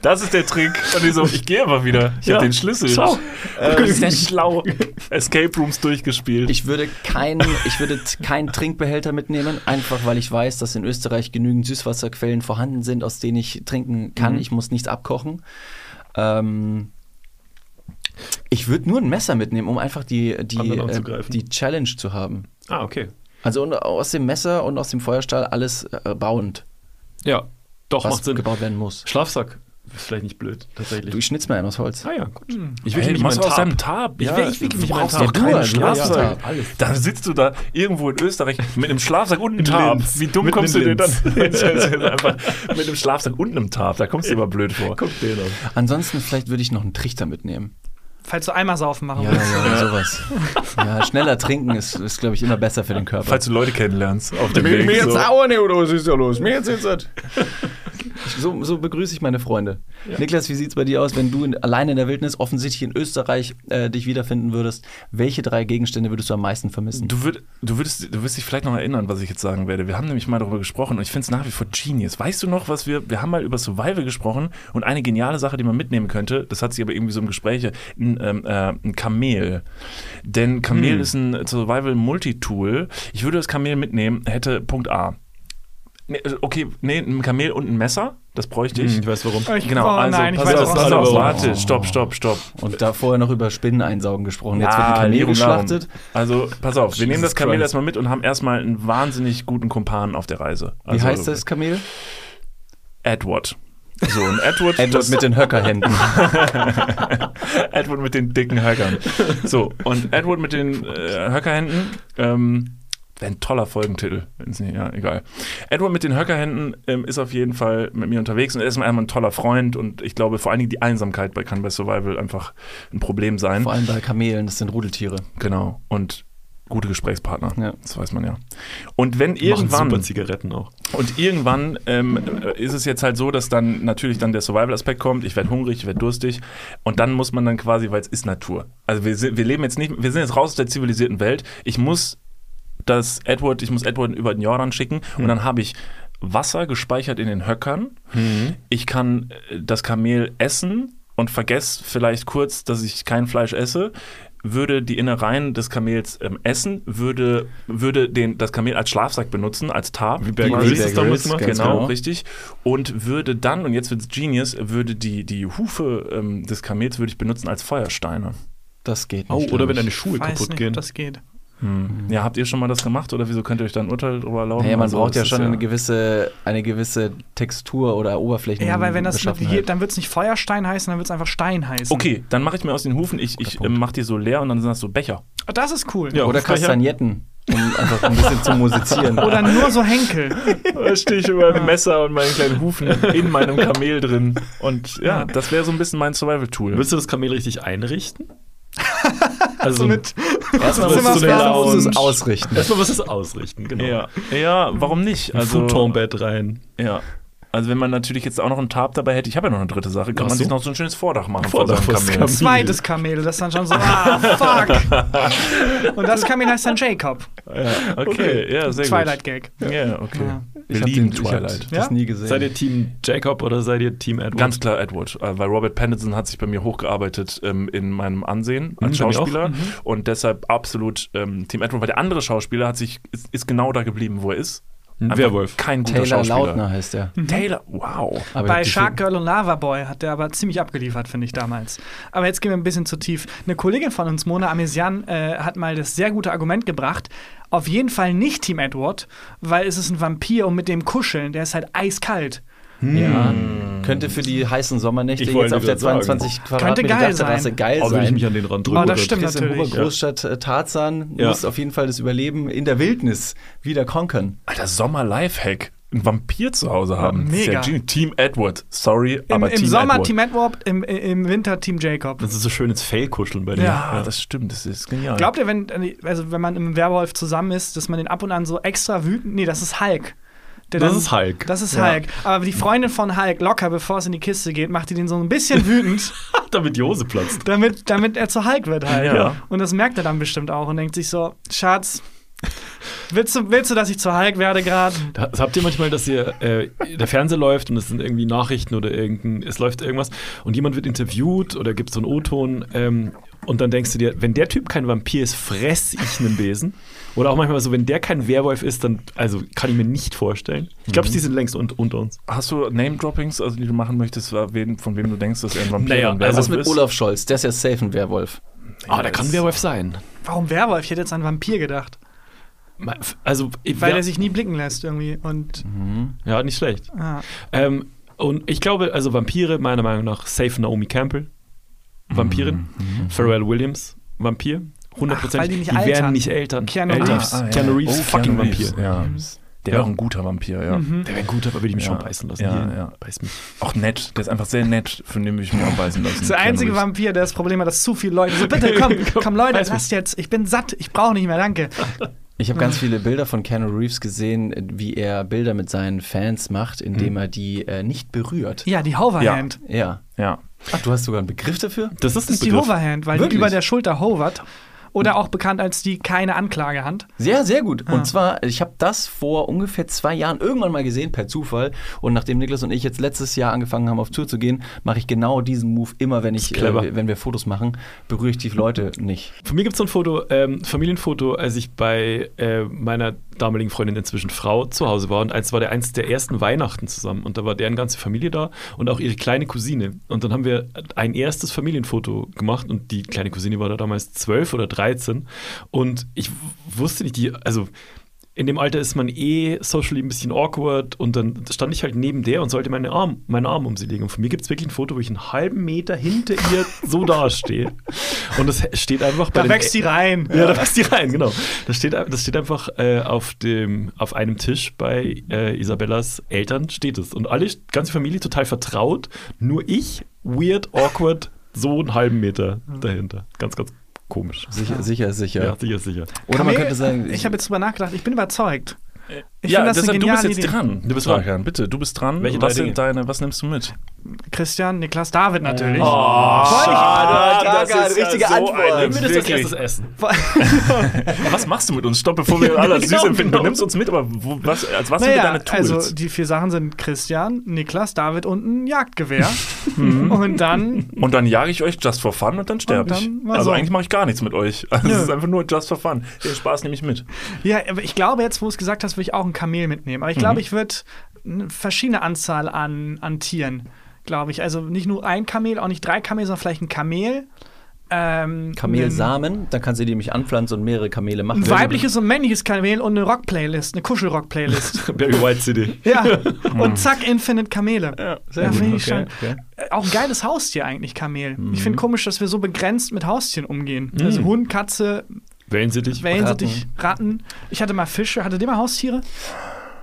Das ist der Trick. Und ich so, ich gehe aber wieder. Ich
Ja.
habe den Schlüssel.
Schau.
Äh, sehr schlau. Escape Rooms durchgespielt.
Ich würde keinen, ich würde t- keinen Trinkbehälter mitnehmen, einfach weil ich weiß, dass in Österreich genügend Süßwasserquellen vorhanden sind, aus denen ich trinken kann.
Mhm.
Ich muss nichts abkochen. Ähm, ich würde nur ein Messer mitnehmen, um einfach die, die,
Anderen
äh,
anzugreifen.
die Challenge zu haben.
Ah, okay.
Also und aus dem Messer und aus dem Feuerstahl alles äh, bauend,
Ja, doch,
was
macht Sinn.
gebaut werden muss.
Schlafsack ist vielleicht nicht blöd, tatsächlich.
Du, ich schnitz mir einen aus Holz.
ah ja, gut.
Hm.
Ich
Hey,
mich
machst
in meinen
du aus
Tarp.
deinem Tab.
Ich
Ja,
will- ich will-
du
mich in
brauchst
meinen Tarp.
doch
Du
keinen
hast ja
Schlafsack.
Tarp.
Dann sitzt du da irgendwo in Österreich mit einem Schlafsack und einem
In
Tarp.
Linz.
Wie dumm
Mitten
kommst du
in
dir dann?
Linz.
einfach mit einem Schlafsack und einem Tarp. Da kommst du immer blöd vor.
Guck den an.
Ansonsten vielleicht würde ich noch einen Trichter mitnehmen.
Falls du einmal saufen machen
Ja,
willst.
ja, sowas. Ja, schneller trinken ist, ist glaube ich, immer besser für den Körper.
Falls du Leute kennenlernst auf dem Weg. so.
auch nicht, oder was ist da los? Mir jetzt ist das. So, so begrüße ich meine Freunde. Niklas, wie sieht es bei dir aus, wenn du in, alleine in der Wildnis, offensichtlich in Österreich, äh, dich wiederfinden würdest? Welche drei Gegenstände würdest du am meisten vermissen?
Du, würd, du, würdest, du wirst dich vielleicht noch erinnern, was ich jetzt sagen werde. Wir haben nämlich mal darüber gesprochen und ich finde es nach wie vor genius. Weißt du noch, was wir, wir haben mal über Survival gesprochen und eine geniale Sache, die man mitnehmen könnte, das hat sich aber irgendwie so im Gespräch, ein, ähm, äh, ein Kamel. Denn Kamel
Hm.
ist ein Survival-Multitool. Ich würde das Kamel mitnehmen, hätte Punkt A. Nee, äh, okay, nee, ein Kamel und ein Messer, das bräuchte ich.
Ich weiß warum.
Ich-
Genau,
oh,
also
nein, ich
pass
weiß
auf,
auch
pass
nicht.
auf, warte, stopp, stopp, stopp.
Und da vorher noch über Spinnen einsaugen gesprochen. Jetzt
Ja,
wird ein Kamel
Lirum Larum.
geschlachtet.
Also, pass auf, wir nehmen das Kamel
Christ.
erstmal mit und haben erstmal einen wahnsinnig guten Kumpanen auf der Reise.
Wie
Also,
heißt das Kamel?
Edward. So, ein Edward,
Edward
das-
mit den Höckerhänden.
Edward mit den dicken Höckern. So, und Edward mit den äh, Höckerhänden, ähm, wäre ein toller Folgentitel. wenn's nicht- Ja, egal. Edward mit den Höckerhänden ähm, ist auf jeden Fall mit mir unterwegs und er ist einmal ein toller Freund und ich glaube, vor allen Dingen die Einsamkeit bei, kann bei Survival einfach ein Problem sein.
Vor allem bei Kamelen, das sind Rudeltiere.
Genau. Und gute Gesprächspartner.
Ja.
Das weiß man ja. Und wenn
Machen
irgendwann
super Zigaretten auch.
und irgendwann ähm, äh, ist es jetzt halt so, dass dann natürlich dann der Survival-Aspekt kommt. Ich werde hungrig, ich werde durstig und dann muss man dann quasi, weil es ist Natur. Also wir, sind, wir leben jetzt nicht, wir sind jetzt raus aus der zivilisierten Welt. Ich muss das Edward, ich muss Edward über den Jordan schicken und dann habe ich Wasser gespeichert in den Höckern. Ich kann äh, das Kamel essen und vergesse vielleicht kurz, dass ich kein Fleisch esse. Würde die Innereien des Kamels ähm, essen, würde, würde den, das Kamel als Schlafsack benutzen, als Tarp.
Wie Bear
quasi.
Grylls es damals
Grylls,
gemacht?
ganz
Genau, richtig. Und würde dann, und jetzt wird's genius, würde die, die Hufe ähm, des Kamels würde ich benutzen als Feuersteine.
Das geht
Oh,
nicht.
oder
glaub
wenn
ich.
deine Schuhe
weiß
kaputt
nicht,
gehen.
ob das geht.
Ja, habt ihr schon mal das gemacht oder wieso könnt ihr euch da ein Urteil drüber erlauben?
Naja, man
Also,
braucht
das
ja
ist
schon eine gewisse, eine gewisse Textur oder
Mhm,
Oberflächen. um
Ja, weil wenn das mit,
Beschaffenheit.
hier, dann wird es nicht Feuerstein heißen, dann wird es einfach Stein heißen.
halt. Okay, dann mache ich mir aus den Hufen, ich, ich ähm, mache die so leer und dann sind das so Becher.
Oh, Das ist cool.
Ja.
Oder
Hufbecher.
Kastagnetten, um einfach ein bisschen zu musizieren.
Oder nur so Henkel.
Da stehe ich über dem Messer und meinen kleinen Hufen in meinem Kamel drin. Und ja, das wäre so ein bisschen mein Survival-Tool.
Willst du das Kamel richtig einrichten? Also
mit-
Erstmal musst du
Das ist so
erstmal
eine
musst du es
Lounge.
ausrichten.
erstmal was ist ausrichten, genau.
Ja, ja, warum nicht?
Ein
Also,
Futonbett rein.
Ja. Also wenn man natürlich jetzt auch noch einen Tarp dabei hätte, ich habe ja noch eine dritte Sache, kann
Ach
man
so.
sich noch so ein schönes Vordach machen
Vordach
vor
fürs
seinem Kamel.
Kamel.
Zweites Kamel, das ist dann schon so, ah, fuck. Und das Kamel heißt dann Jacob.
Okay, ja, sehr
Twilight Gag.
gut. Ja, okay.
Ja.
Wir
hab
lieben
den- ich hab
Twilight.
das
Ja?
nie gesehen.
Seid ihr Team Jacob oder seid ihr Team Edward?
Ganz klar Edward, äh, weil Robert Pattinson hat sich bei mir hochgearbeitet ähm, in meinem Ansehen als
Mhm, bei mir auch.
Schauspieler und deshalb absolut ähm, Team Edward, weil der andere Schauspieler hat sich, ist, ist genau da geblieben, wo er ist.
Ein
Einfach
Mhm. Werwolf.
Kein guter
Taylor
Schauspieler.
Lautner Mhm. heißt er.
Taylor, wow.
Aber
Bei
die
Shark
Fil-
Girl und Lava Boy hat der aber ziemlich abgeliefert, finde ich damals. Aber jetzt gehen wir ein bisschen zu tief. Eine Kollegin von uns, Mona Amesian, äh, hat mal das sehr gute Argument gebracht. Auf jeden Fall nicht Team Edward, weil es ist ein Vampir und mit dem Kuscheln, der ist halt eiskalt.
ja, könnte für die heißen Sommernächte
Ich
jetzt
wollte
auf der
gerade sagen.
22
geil
Quadratmeter Terrasse
sein.
geil
Oh, will ich mich
sein.
an den Rand drücken.
Oh, das
oder?
stimmt
Christian Huber,
natürlich.
Großstadt äh, Tarzan,
Ja.
muss auf jeden Fall das Überleben in der Wildnis wieder konkern.
Also
Alter, Sommer-Lifehack. Ein Vampir zu Hause haben.
Mega.
Sehr genial. Team Edward. Sorry,
Im,
aber
im
Team
Sommer
Edward.
Team Edward, im, im Winter Team Jacob.
Das ist so schön ins Fell kuscheln bei dir.
ja, das stimmt. Das ist genial.
Glaubt ihr, wenn, also wenn man im Werwolf zusammen ist, dass man den ab und an so extra wütend. Nee, das ist Hulk. Der
Das ist Hulk.
Das ist Hulk. Aber die Freundin von Hulk, locker, bevor es in die Kiste geht, macht die den so ein bisschen wütend,
damit die Hose platzt.
damit, damit er zu Hulk wird halt.
Ja.
Und das merkt er dann bestimmt auch und denkt sich so: Schatz, willst du, willst du dass ich zu Hulk werde gerade?
Da, habt ihr manchmal, dass ihr äh, der Fernseher läuft und es sind irgendwie Nachrichten oder irgendein, es läuft irgendwas und jemand wird interviewt oder gibt so einen O-Ton ähm, und dann denkst du dir, wenn der Typ kein Vampir ist, fress ich einen Besen. Oder auch manchmal so, wenn der kein Werwolf ist, dann also kann ich mir nicht vorstellen. Ich
Mhm.
glaube, die sind längst un unter uns.
Hast du Name-Droppings, also die du machen möchtest, wa- wen, von wem du denkst, dass er ein Vampir
Naja,
und
also
Werwolf
Was mit
ist?
Olaf Scholz? Der ist ja safe ein Werwolf.
Ah, der kann Werwolf sein.
Warum Werwolf? Ich hätte jetzt an Vampir gedacht.
Also,
Weil er sich nie blicken lässt irgendwie. Und
Mhm. ja, nicht schlecht.
ah,
Ähm, und ich glaube, also Vampire, meiner Meinung nach, safe Naomi Campbell, Vampirin, Pharrell Williams, Vampir, 100%.
Mhm. Ach, weil die nicht altern.
werden nicht Eltern.
Keanu
Eltern.
Reeves.
Ah, Keanu Reeves,
Oh,
fucking
Keanu Reeves,
Vampir.
Ja. Hm. Der
Ja.
wäre ein guter Vampir, ja.
Mhm.
Der wäre gut, aber würde ich mich
Ja,
schon beißen lassen.
ja,
Hier,
ja.
Beiß mich.
Auch nett. Der ist einfach sehr nett, von dem würde ich mich auch beißen lassen.
Das ist der
Keanu
einzige
Reeves.
Vampir, der das Problem hat, dass zu viele Leute so, bitte komm, komm Leute, lasst jetzt, ich bin satt, ich brauche nicht mehr, danke.
Ich habe ganz viele Bilder von Keanu Reeves gesehen, wie er Bilder mit seinen Fans macht, indem er die äh, nicht berührt.
Hm. Ja, die Hoverhand.
Ja.
Ja.
Ach, du hast sogar einen Begriff dafür?
Das ist
Das ist die Hoverhand, weil die
Wirklich?
über der Schulter hovert. Oder auch bekannt als die keine Anklagehand.
Sehr, sehr gut.
Ah.
Und zwar, ich habe das vor ungefähr zwei Jahren irgendwann mal gesehen, per Zufall. Und nachdem Niklas und ich jetzt letztes Jahr angefangen haben, auf Tour zu gehen, mache ich genau diesen Move immer, wenn, ich,
clever.
äh, wenn wir Fotos machen, berühre ich die Leute nicht.
Von mir gibt es so ein Foto, ähm, Familienfoto, als ich bei äh, meiner damaligen Freundin, inzwischen Frau, zu Hause war. Und eins war der eins der ersten Weihnachten zusammen. Und da war deren ganze Familie da und auch ihre kleine Cousine. Und dann haben wir ein erstes Familienfoto gemacht. Und die kleine Cousine war da damals zwölf oder 13. Und ich w- wusste nicht, die, also in dem Alter ist man eh socially ein bisschen awkward und dann stand ich halt neben der und sollte meinen Arm, meinen Arm um sie legen. Und von mir gibt es wirklich ein Foto, wo ich einen halben Meter hinter ihr so dastehe. Und das steht einfach bei
Da
den-
wächst die rein.
Ja, da wächst die rein, genau. Das steht, das steht einfach äh, auf, dem, auf einem Tisch bei äh, Isabellas Eltern steht es. Und alle, ganze Familie total vertraut, nur ich, weird, awkward, so einen halben Meter dahinter. Ganz, ganz komisch.
Sicher, sicher, sicher.
Ja, sicher, sicher.
Oder man
Kamel,
könnte sagen,
äh, ich habe jetzt drüber nachgedacht, ich bin überzeugt. Ich
ja,
finde das eine
deshalb, du bist
geniale
jetzt
Idee.
dran.
Du bist
Fabian,
dran.
Bitte, du bist dran.
Welche
was,
drei
sind deine, was nimmst du mit?
Christian, Niklas, David natürlich.
Oh, schade.
Das ist ja richtige so Antwort.
Oh,
ein
Ah, Nehmen wir das als erstes Essen.
Oh.
Was machst du mit uns? Stopp, bevor wir alle
Genau,
süß empfinden.
genau.
Du nimmst uns mit, aber wo, was, als was sind
Naja,
deine Tools?
also die vier Sachen sind Christian, Niklas, David und ein Jagdgewehr. und dann
und dann jage ich euch just for fun und dann
Und
sterbe
dann
ich.
mal so.
Also eigentlich mache ich gar nichts mit euch. Also es ist einfach nur just for fun. Den Spaß nehme ich mit.
Ja, aber ich glaube, jetzt, wo du es gesagt hast, würde ich auch ein Kamel mitnehmen. Aber ich
Mhm.
glaube, ich würde eine verschiedene Anzahl an, an Tieren, glaube ich. Also nicht nur ein Kamel, auch nicht drei Kamel, sondern vielleicht ein Kamel. Ähm,
Kamelsamen, dann kannst du die nämlich anpflanzen und mehrere Kamele machen.
Ein weibliches und männliches Kamel und eine Rock-Playlist, eine Kuschel-Rock-Playlist.
Barry White CD.
ja. Und zack, Infinite Kamele.
Mhm. Ja,
Ja,
sehr gut.
finde ich
Okay,
schon.
okay. Mhm.
Äh, Auch ein geiles Haustier eigentlich, Kamel. Ich finde komisch, dass wir so begrenzt mit Haustieren umgehen. Also Hund, Katze,
Wählen Sie dich.
Wellensittich, Ratten. Ich hatte mal Fische. Hattet ihr mal Haustiere?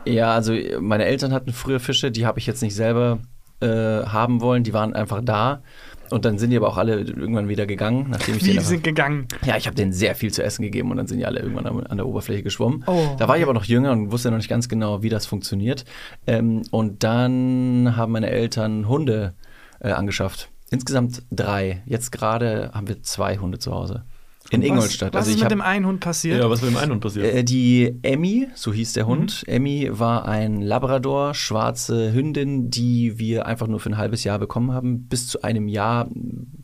Ja, also meine Eltern hatten früher Fische, die habe ich jetzt nicht selber äh, haben wollen, die waren einfach da. Und dann sind die aber auch alle irgendwann wieder gegangen, nachdem ich
Wie
den
die sind gegangen?
Ja, ich habe denen sehr viel zu essen gegeben und dann sind die alle irgendwann am- an der Oberfläche geschwommen.
Oh.
Da war ich aber noch jünger und wusste noch nicht ganz genau, wie das funktioniert. Ähm, und dann haben meine Eltern Hunde äh, angeschafft. Insgesamt drei. Jetzt gerade haben wir zwei Hunde zu Hause. In Ingolstadt. Also
Was, was ist
ich
mit
hab-
dem einen Hund passiert?
Ja, was mit dem einen Hund passiert?
äh, die Emmy, so hieß der Hund. Emmy war ein Labrador, schwarze Hündin, die wir einfach nur für ein halbes Jahr bekommen haben. Bis zu einem Jahr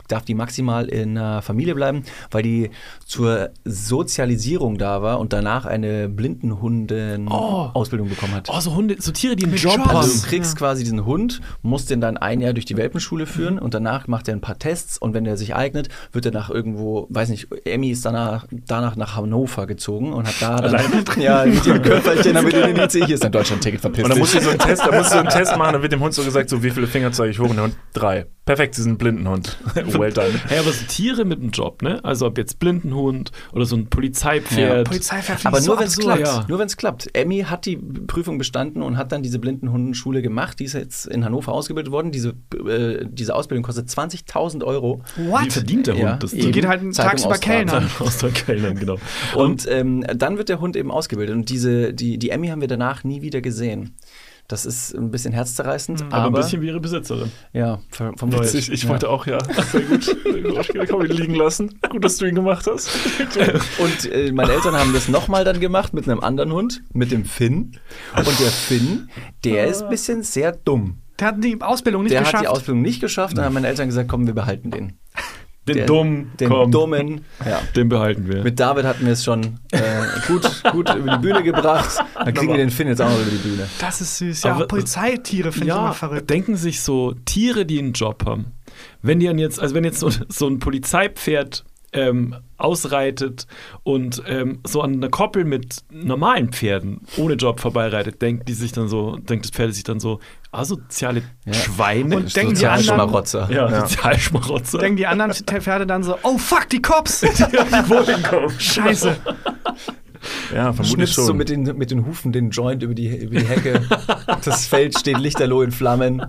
darf die maximal in einer Familie bleiben, weil die zur Sozialisierung da war und danach eine Blindenhunden-Ausbildung bekommen hat.
Oh, so Hunde, so Tiere, die einen Job
Job
haben.
Also du kriegst quasi diesen Hund, musst den dann ein Jahr durch die Welpenschule führen und danach macht er ein paar Tests und wenn er sich eignet, wird er nach irgendwo, weiß nicht, Emmy ist danach, danach nach Hannover gezogen und hat da dann ja, mit ihrem Körperchen, damit er den ICE hier ist, ein Deutschland-Ticket verpisst.
Und dann musst du
dich.
so einen Test, dann musst du so einen Test machen, dann wird dem Hund so gesagt, so wie viele Finger zeige ich hoch und der Hund? Drei. Perfekt, sie sind ein Blindenhund. well done.
Hey, aber so Tiere mit einem Job, ne? Also ob jetzt Blindenhund oder so ein Polizeipferd.
Polizei verfliegt
Aber
so
nur wenn es
absurd.
klappt.
ja.
Nur wenn es klappt. Emmy hat die Prüfung bestanden und hat dann diese Blindenhundenschule gemacht. Die ist jetzt in Hannover ausgebildet worden. Diese, äh, diese Ausbildung kostet 20.000 Euro.
Wie verdient der Hund
Ja,
das?
eben.
Ding?
Geht halt
Zeitung Also
tagsüber
austragen.
Kellner.
Aus der Kellner, genau.
Und ähm, dann wird der Hund eben ausgebildet. Und diese, die, die Emmy haben wir danach nie wieder gesehen. Das ist ein bisschen herzzerreißend, aber,
aber ein bisschen wie ihre Besitzerin.
ja, ver- vom Deutsch.
Ich, ich
ja.
wollte auch, ja. Sehr gut. Kann man ihn liegen lassen. Gut, dass du ihn gemacht hast.
Und äh, meine Eltern haben das nochmal dann gemacht mit einem anderen Hund, mit dem Finn. Und der Finn, der ist ein bisschen sehr dumm.
Der hat die Ausbildung nicht
Der hat
geschafft.
die Ausbildung nicht geschafft, dann haben meine Eltern gesagt, komm, wir behalten den.
Den
Der-
dummen,
Den
komm,
dummen. Ja.
den behalten wir.
Mit David hatten wir es schon äh, gut, gut über die Bühne gebracht. Dann kriegen wir den Finn jetzt auch noch über die Bühne.
das ist süß. Ja,
Aber-
auch Polizeitiere finde ich immer verrückt.
denken sich so Tiere, die einen Job haben. Wenn die dann jetzt, also wenn jetzt so, so ein Polizeipferd ähm, ausreitet und ähm, so an einer Koppel mit normalen Pferden ohne Job vorbeireitet, denkt die sich dann so, denkt das Pferd sich dann so, asoziale Schweine.
Und denken die
Sozial
anderen-
Schmarotzer.
ja, Sozialschmarotzer.
Denken die anderen Pferde dann so, oh fuck, die Cops! Scheiße.
Ja, vermutlich
Schnippst
schon.
du mit den, mit den Hufen den Joint über die, über die Hecke. Ah, das Feld steht lichterloh in Flammen.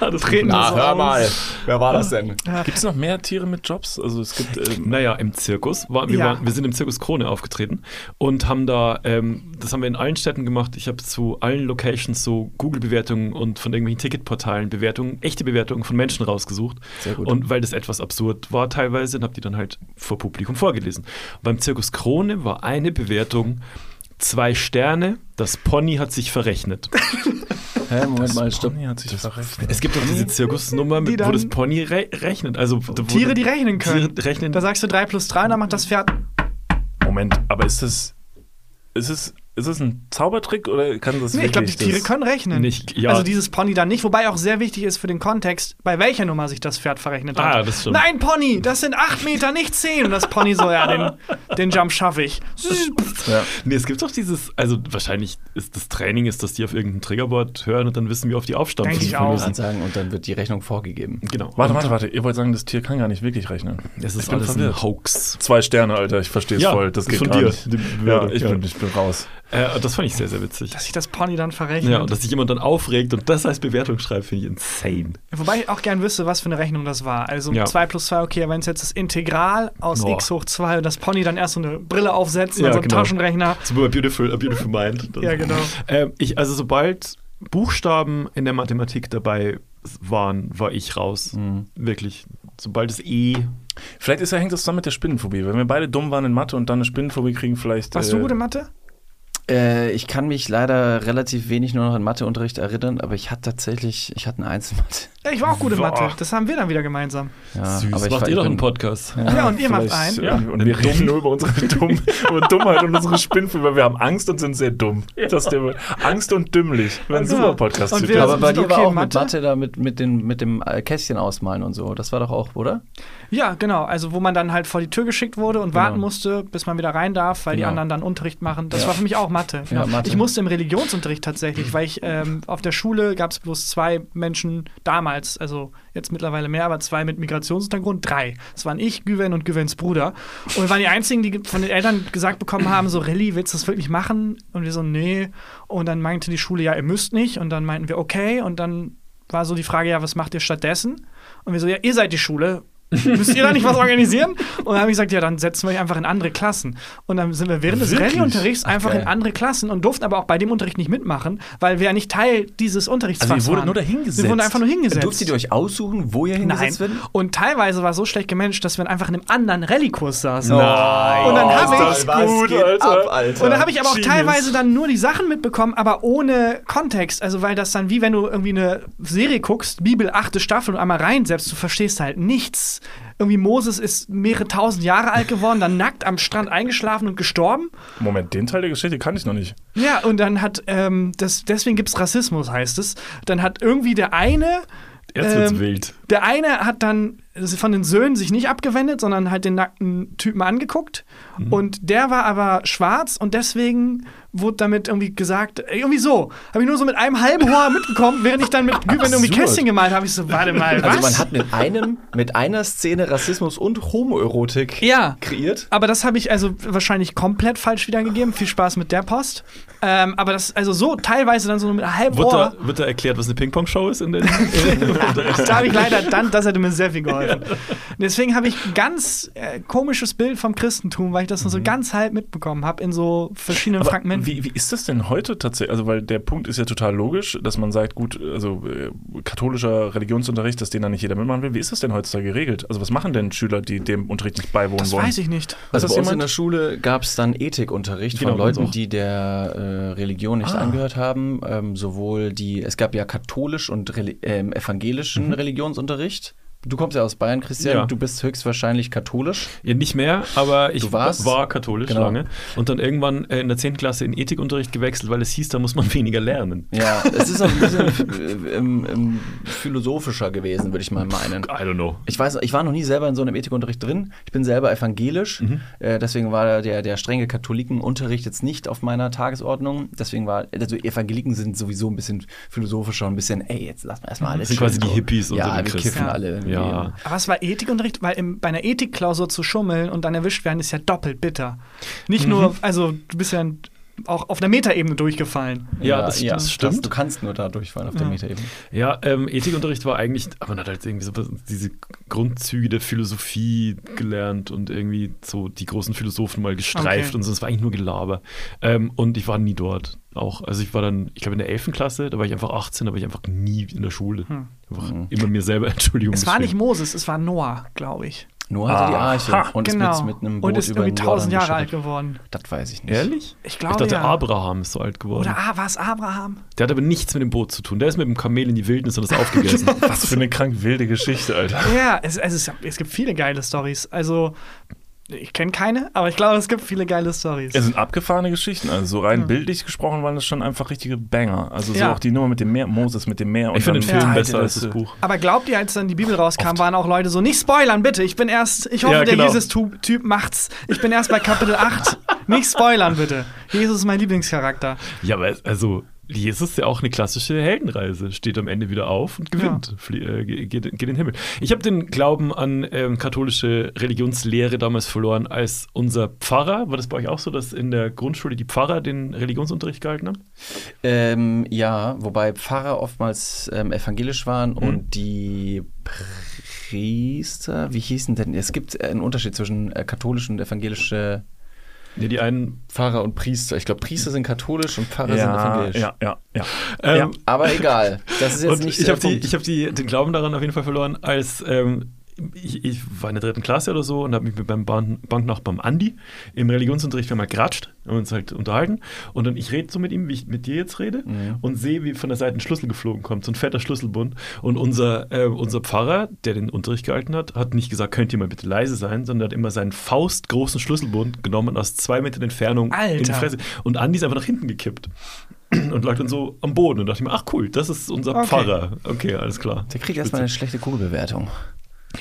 Treten
Na,
so
Ah, hör
aus.
mal. Wer war das denn?
Gibt es noch mehr Tiere mit Jobs? Also es gibt. Ähm,
Naja, im Zirkus. War, wir,
Ja.
waren, wir sind im Zirkus Krone aufgetreten und haben da, ähm, das haben wir in allen Städten gemacht. Ich habe zu allen Locations so Google-Bewertungen und von irgendwelchen Ticketportalen Bewertungen, echte Bewertungen von Menschen rausgesucht.
Sehr gut.
Und weil das etwas absurd war teilweise, und habe die dann halt vor Publikum vorgelesen. Beim Zirkus Krone war eine Bewertung. Zwei Sterne, das Pony hat sich verrechnet.
Hä, Moment mal,
Pony
stopp.
hat sich verrechnet.
Es gibt doch diese Zirkusnummer,
Die
mit, wo
dann-
das Pony re rechnet. Also, wo-
Tiere, die rechnen können.
Tiere rechnen.
Da sagst du 3 plus 3 und dann macht das Pferd.
Moment, aber ist das. Ist es, ist es ein Zaubertrick oder kann das
Nee, ich glaube, die
wirklich
Tiere
das-
können rechnen.
Nicht- ja.
Also dieses Pony dann nicht. Wobei auch sehr wichtig ist für den Kontext, bei welcher Nummer sich das Pferd verrechnet hat.
Ah, das stimmt.
Nein, Pony, das sind 8 Meter, nicht 10. Und das Pony so, ja, den, den Jump schaffe ich.
Nee, es gibt doch dieses, also wahrscheinlich ist das Training ist, dass die auf irgendein Triggerboard hören und dann wissen, wie oft die aufstampfen
Denke ich
müssen.
auch.
Ich kann sagen, und dann wird die Rechnung vorgegeben.
Genau.
Warte, warte, warte. Ihr wollt sagen, das Tier kann gar nicht wirklich rechnen.
Es ist
bin
alles
verwirrt.
ein Hoax.
Zwei Sterne, Alter. Ich verstehe es
Ja,
voll. Das
ist
geht
von
gar
dir,
nicht.
die
Ja,
Bewertung,
ich,
ja.
Bin, ich bin raus.
Äh, und das fand ich sehr, sehr witzig.
Dass sich das Pony dann verrechnet.
Ja, und dass sich jemand dann aufregt und das als Bewertung schreibt, finde ich insane.
Wobei ich auch gern wüsste, was für eine Rechnung das war. Also
Ja.
2 plus 2, okay, wenn es jetzt das Integral aus
Boah.
x hoch 2 und das Pony dann erst so eine Brille aufsetzt,
Ja,
dann so einen
genau.
Taschenrechner.
So bei Beautiful, a Beautiful Mind. Das-
Ja, genau.
Ähm, ich, also sobald Buchstaben in der Mathematik dabei waren, war ich raus. Wirklich. Sobald es E.
Vielleicht ist, hängt das zusammen mit der Spinnenphobie. Wenn wir beide dumm waren in Mathe und dann eine Spinnenphobie kriegen, vielleicht.
Warst
Äh.
du gut in Mathe?
Äh, ich kann mich leider relativ wenig nur noch an Matheunterricht erinnern, aber ich hatte tatsächlich, ich hatte eine Einzelmathe.
Ja, ich war auch gut in
Boah.
Mathe. Das haben wir dann wieder gemeinsam.
Ja,
Süß.
Ah, aber ich
macht
war-
ihr
ich
doch
bin-
einen Podcast.
Ja, und ihr macht einen.
Ja. äh, Und wir reden nur über unsere dumm, über Dummheit und unsere Spinnenphobie, weil wir haben Angst und sind sehr dumm. Das ist der, Angst und dümmlich. Wäre ein
Ja.
super Podcast.
Und
zu
wir-
tun.
aber
sind
bei
okay
dir war
in
auch mit
Mathe?
Mathe da mit, mit, den, mit dem äh, Kästchen ausmalen und so. Das war doch auch, oder?
Ja, genau. Also wo man dann halt vor die Tür geschickt wurde und warten musste, bis man wieder rein darf, weil die
Genau.
anderen dann Unterricht machen. Das war für mich auch Mathe.
Ja, Mathe.
Ich musste im Religionsunterricht tatsächlich, weil ich ähm, auf der Schule gab es bloß zwei Menschen damals, also jetzt mittlerweile mehr, aber zwei mit Migrationshintergrund, drei. Das waren ich, Güven und Güvens Bruder. Und wir waren die einzigen, die von den Eltern gesagt bekommen haben, so Rally, willst du das wirklich machen? Und wir so, nee. Und dann meinte die Schule, ja, ihr müsst nicht. Und dann meinten wir, okay. Und dann war so die Frage, ja, was macht ihr stattdessen? Und wir so, ja, ihr seid die Schule. Müsst ihr da nicht was organisieren? Und dann habe ich gesagt, ja, dann setzen wir euch einfach in andere Klassen. Und dann sind wir während des
Wirklich?
Rallye-Unterrichts einfach
geil.
in andere Klassen und durften aber auch bei dem Unterricht nicht mitmachen, weil wir ja nicht Teil dieses Unterrichtsfachs
Also ihr wurdet
waren.
nur dahingesetzt?
Wir wurden einfach nur hingesetzt.
Durftet ihr euch aussuchen, wo ihr
Nein.
hingesetzt werden?
Und teilweise war es so schlecht gemanagt, dass wir einfach in einem anderen Rallye-Kurs saßen.
Nein. Oh,
Und dann habe ich-
was
Gut,
geht
Alter.
ab, Alter.
Und da habe ich aber auch
Genius.
teilweise dann nur die Sachen mitbekommen, aber ohne Kontext. Also, weil das dann wie wenn du irgendwie eine Serie guckst, Bibel, achte Staffel und einmal rein, selbst du verstehst halt nichts. Irgendwie Moses ist mehrere tausend Jahre alt geworden, dann nackt am Strand eingeschlafen und gestorben.
Moment, den Teil der Geschichte kann ich noch nicht.
Ja, und dann hat, ähm, das, deswegen gibt es Rassismus, heißt es. Dann hat irgendwie der eine.
Jetzt wird's
ähm,
wild.
Der eine hat dann von den Söhnen sich nicht abgewendet, sondern halt den nackten Typen angeguckt. Und der war aber schwarz und deswegen wurde damit irgendwie gesagt, irgendwie so. Habe ich nur so mit einem halben Haar mitbekommen, während ich dann mit Güven irgendwie Kästchen gemalt habe. Ich so, warte mal, was?
Also man hat mit einem, mit einer Szene Rassismus und Homoerotik
ja.
kreiert.
Aber das habe ich also wahrscheinlich komplett falsch wiedergegeben. Viel Spaß mit der Post. Ähm, aber das, also so teilweise dann so nur mit einem halben
Wird
Ohr.
da, wird da erklärt, was eine Ping-Pong-Show ist? In den, im Unterricht?
Da habe ich leider dann, das hätte mir sehr viel geholfen. Deswegen habe ich ein ganz äh, komisches Bild vom Christentum, weil ich das nur
Mhm.
so ganz halb mitbekommen habe in so verschiedenen
Aber
Fragmenten.
Wie, wie ist das denn heute tatsächlich? Also, weil der Punkt ist ja total logisch, dass man sagt, gut, also äh, katholischer Religionsunterricht, dass den da nicht jeder mitmachen will. Wie ist das denn heutzutage geregelt? Also, was machen denn Schüler, die dem Unterricht nicht beiwohnen
das
wollen?
weiß ich nicht.
Also
das
bei uns
jemand-
in der Schule gab es dann Ethikunterricht
Genau,
von
bei uns
Leuten,
auch.
die der äh, Religion nicht angehört haben. Ähm, sowohl die, es gab ja katholisch und Reli ähm, evangelischen Religionsunterricht. Du kommst ja aus Bayern, Christian,
Ja.
du bist höchstwahrscheinlich katholisch.
ja, nicht mehr, aber ich
Du warst-
war katholisch
genau.
lange und dann irgendwann äh, in der 10. Klasse in Ethikunterricht gewechselt, weil es hieß, da muss man weniger lernen.
Ja, es ist auch ein bisschen äh, ähm, ähm, philosophischer gewesen, würde ich mal meinen.
I don't know.
Ich weiß, ich war noch nie selber in so einem Ethikunterricht drin. Ich bin selber evangelisch.
Mhm.
Äh, deswegen war der, der strenge Katholikenunterricht jetzt nicht auf meiner Tagesordnung. Deswegen war, also Evangeliken sind sowieso ein bisschen philosophischer und ein bisschen, ey, jetzt lass mal erstmal alles.
Mhm. Sind quasi
chillen,
die Hippies unter
ja,
den
wir
Christen.
kiffen alle. irgendwie.
Ja.
Aber es war Ethikunterricht, weil im, bei einer
Mhm.
Ethikklausur zu schummeln und dann erwischt werden, ist ja doppelt bitter. Nicht nur, also du bist ja ein auch auf der Metaebene durchgefallen.
Ja, das, das
Das,
stimmt. Ah.
du kannst nur da durchfallen auf der Metaebene.
Ja, ähm, Ethikunterricht war eigentlich, aber man hat halt irgendwie so was- diese Grundzüge der Philosophie gelernt und irgendwie so die großen Philosophen mal gestreift
Okay.
und so. Es war eigentlich nur Gelaber. Ähm, und ich war nie dort auch. Also ich war dann, ich glaube in der 11. Klasse, da war ich einfach 18, da war ich einfach nie in der Schule. Einfach immer mir selber Entschuldigung.
Hm. Es war nicht
geschrieben.
Moses, es war Noah, glaube ich.
Nur hatte die Arche und
genau.
ist mit, mit einem Boot
und ist
über
irgendwie
den Jordan
tausend Jahre alt
geschippert.
geworden.
Das weiß ich nicht.
Ehrlich?
Ich
ich
glaube
dachte,
ja.
Abraham ist so alt geworden.
Oder ah, war es Abraham?
Der hat aber nichts mit dem Boot zu tun. Der ist mit dem Kamel in die Wildnis und ist aufgegessen.
Was für eine krank wilde Geschichte, Alter.
Ja, es, also es, es gibt viele geile Stories. Also, ich kenne keine, aber ich glaube, es gibt viele geile Stories.
Es sind abgefahrene Geschichten. Also so rein bildlich gesprochen waren das schon einfach richtige Banger. Also so
Ja.
auch die Nummer mit dem Meer, Moses mit dem Meer.
Ich finde den
dann
Film
teilte
besser als das
äh,
Buch.
Aber glaubt ihr, als dann die Bibel rauskam, waren auch Leute so, nicht spoilern, bitte. Ich bin erst, ich hoffe,
Ja, genau.
der Jesus-Typ macht's. Ich bin erst bei Kapitel 8. Nicht spoilern, bitte. Jesus ist mein Lieblingscharakter.
Ja, aber es- also Jesus ist ja auch eine klassische Heldenreise. Steht am Ende wieder auf und gewinnt, Flie äh, ge- geht, geht in den Himmel. Ich habe den Glauben an ähm, katholische Religionslehre damals verloren, als unser Pfarrer, war das bei euch auch so, dass in der Grundschule die Pfarrer den Religionsunterricht gehalten haben?
Ähm, ja, wobei Pfarrer oftmals ähm, evangelisch waren
Mhm.
und die Priester, wie hießen denn? Es gibt äh, einen Unterschied zwischen äh, katholisch und evangelische
Nee, die einen.
Pfarrer und Priester. Ich glaube,
Mhm.
Priester sind katholisch und Pfarrer sind
Ja,
evangelisch.
ja, ja, ja.
Ähm,
Aber egal, das ist jetzt
Und
nicht
ich
der
habe die,
Punkt.
ich hab die, den Glauben daran auf jeden Fall verloren, als ähm, ich, ich war in der dritten Klasse oder so und habe mich mit meinem Bahn- Banknachbarn Andi im Religionsunterricht wir haben mal geratscht, haben uns halt unterhalten und dann ich rede so mit ihm, wie ich mit dir jetzt rede
Mhm.
und sehe, wie von der Seite ein Schlüssel geflogen kommt, so ein fetter Schlüsselbund und unser, äh, unser Pfarrer, der den Unterricht gehalten hat, hat nicht gesagt, könnt ihr mal bitte leise sein, sondern hat immer seinen faustgroßen Schlüsselbund genommen und aus zwei Metern Entfernung in die
Alter.
Fresse und Andi ist einfach nach hinten gekippt und lag dann so am Boden und dachte ich mir, ach cool, das ist unser
Okay.
Pfarrer. Okay, alles klar.
der kriegt erstmal eine schlechte Google-Bewertung.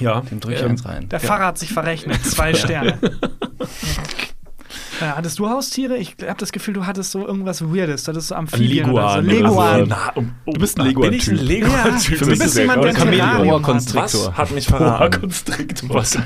Ja,
Dem drücke ich
ähm,
eins rein.
Der Pfarrer hat sich verrechnet. Zwei Sterne. Ja. Äh, hattest du Haustiere? Ich habe das Gefühl, du hattest so irgendwas Weirdes. Du hattest so Amphibien oder so.
Leguan oder so.
Leguan.
Na, um, um,
Du bist ein
na,
Leguan-Typ.
Bin ich ein
Ja,
Leguan-Typ?
du
Das
bist
ist ja
jemand,
geil.
der ein Terrarium hat.
Konstriktor.
Was hat mich
Boa
verraten?
Constrictor.
Was,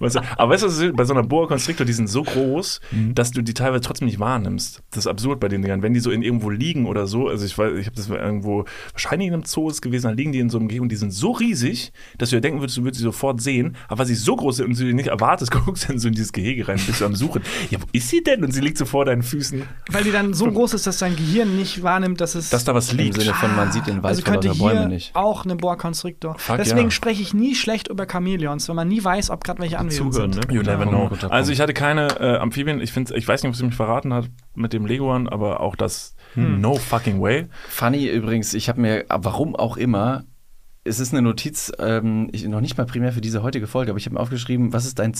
was, aber weißt du, bei so einer Boa Constrictor, die sind so groß, dass du die teilweise trotzdem nicht wahrnimmst. Das ist absurd bei den Dingern. Wenn die so in irgendwo liegen oder so, also ich weiß, ich habe das mal irgendwo, wahrscheinlich in einem Zoo ist gewesen, dann liegen die in so einem Gehege und die sind so riesig, dass du ja denken würdest, du würdest sie sofort sehen, aber weil sie so groß sind und du die nicht erwartest, guckst du dann so in dieses Gehege rein, bist du am Suchen. Ja, wo ist sie denn? Und sie liegt so vor deinen Füßen,
Weil die dann so groß ist, dass dein Gehirn nicht wahrnimmt, dass es.
dass da was
Im
liegt.
Sinne von, man sieht den Wald
also könnte
voller
hier
Bäume nicht.
auch eine Boa Constrictor. Deswegen
ja.
spreche ich nie schlecht über Chamäleons, wenn man nie weiß, ob gerade welche anwesend
Zuhören,
sind.
ne?
You never
Ja.
know.
Guter Punkt.
Also ich hatte keine äh, Amphibien. Ich, find's, ich weiß nicht, ob sie mich verraten hat mit dem Leguan, aber auch das No fucking way.
Funny übrigens, ich habe mir, warum auch immer, es ist eine Notiz, ähm, ich, noch nicht mal primär für diese heutige Folge, aber ich habe mir aufgeschrieben, was ist dein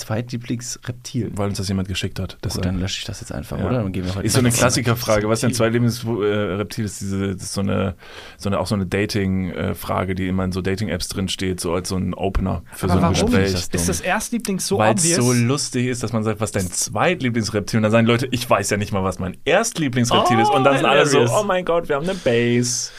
Zweitlieblingsreptil?
Weil uns das jemand geschickt hat. Das
Gut, dann lösche ich das jetzt einfach,
Ja.
oder? Dann gehen wir heute
ist so eine
weiter.
Klassikerfrage. Was ist dein zweitlebens äh, Reptil? Ist diese, das ist so eine, so eine, auch so eine Dating-Frage, die immer in so Dating-Apps drin steht, so als so ein Opener für so
Aber
ein
warum
Gespräch.
ist das Erstlieblings so
Weil es
obvious?
so lustig ist, dass man sagt, was ist dein Zweitlieblingsreptil? Und dann sagen Leute, ich weiß ja nicht mal, was mein Erstlieblingsreptil
Oh,
ist. Und dann sind alle so,
hilarious.
oh mein Gott, wir haben eine Base.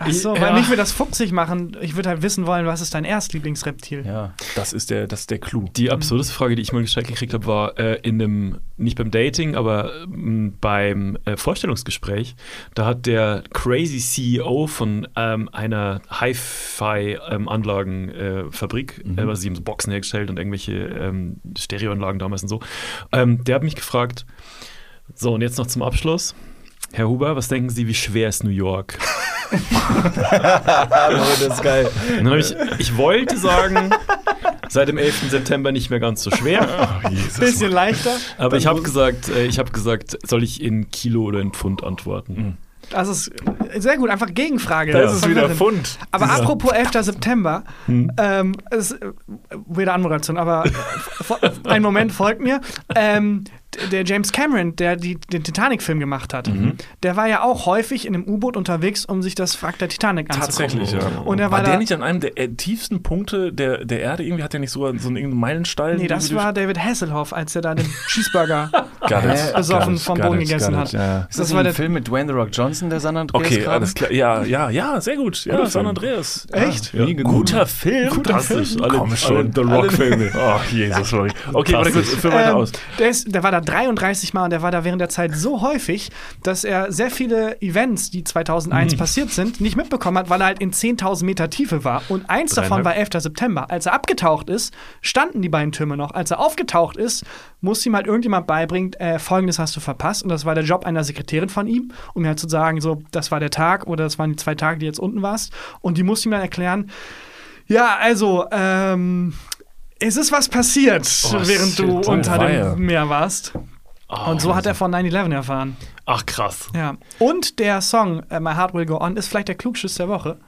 Ach so,
Ja.
weil mich würde das fuchsig machen. Ich würde halt wissen wollen, was ist dein Erstlieblingsreptil?
Ja.
Das ist der, das ist der Clou.
Die absurdeste Frage, die ich mal gestellt gekriegt habe, war äh, in einem, nicht beim Dating, aber ähm, beim äh, Vorstellungsgespräch, da hat der crazy CEO von ähm, einer Hi-Fi-Anlagenfabrik, äh, mhm. äh, also sie haben so Boxen hergestellt und irgendwelche ähm, Stereoanlagen damals und so, ähm, der hat mich gefragt, so und jetzt noch zum Abschluss. Herr Huber, was denken Sie, wie schwer ist New York?
Oh,
das ist geil.
Und dann habe ich, ich wollte sagen, seit dem 11. September nicht mehr ganz so schwer.
Bisschen leichter.
Aber ich habe gesagt, äh, ich habe gesagt, soll ich in Kilo oder in Pfund antworten?
Das ist sehr gut, einfach Gegenfrage.
Das ist wieder
verwirrend.
Fund.
Aber apropos 11. September,
Hm.
ähm, es ist äh, weirde Anmoderation, aber fo- ein Moment folgt mir. Ähm, d- der James Cameron, der die, den Titanic-Film gemacht hat,
Mhm.
der war ja auch häufig in einem U-Boot unterwegs, um sich das Wrack der Titanic anzugucken.
Tatsächlich, ja.
Und er war
war der
da-
nicht an einem der äh, tiefsten Punkte der, der Erde? Irgendwie hat der nicht so, so einen irgendeinen Meilenstein?
Nee, das
irgendwie
war David Hasselhoff, als er da den Cheeseburger
durch- Got it.
besoffen
Got it,
vom
got
Boden
it,
gegessen
got
hat.
it, ja, ja.
Ist
Das
das,
war
ein
der-
Film mit Dwayne The Rock Johnson, der San Andreas
Okay,
kam?
alles klar. Ja, ja, ja, sehr gut. Ja, San Andreas. Echt? Ja. Guter Film. Guter
Film. Alle-
Komm schon.
alle The Rock-Filme.
Alle- Oh, Jesus, sorry. Okay, warte kurz, führ weiter
Ähm,
aus.
Der, ist, der war da 33 Mal und er war da während der Zeit so häufig, dass er sehr viele Events, die
Mhm.
2001 passiert sind, nicht mitbekommen hat, weil er halt in 10.000 Meter Tiefe war. Und eins davon war 11. September. Als er abgetaucht ist, standen die beiden Türme noch. Als er aufgetaucht ist, musste ihm halt irgendjemand beibringen, äh, Folgendes hast du verpasst. Und das war der Job einer Sekretärin von ihm, um ihm halt zu sagen, so, das war der Tag oder das waren die zwei Tage, die jetzt unten warst. Und die musste ihm dann erklären, ja, also, ähm, es ist was passiert, während du
shit. Oh,
unter
weia. Oh,
dem Meer warst. und so hat er von 9-11 erfahren.
Ach krass.
Ja. Und der Song äh, My Heart Will Go On ist vielleicht der Klugschiss der Woche.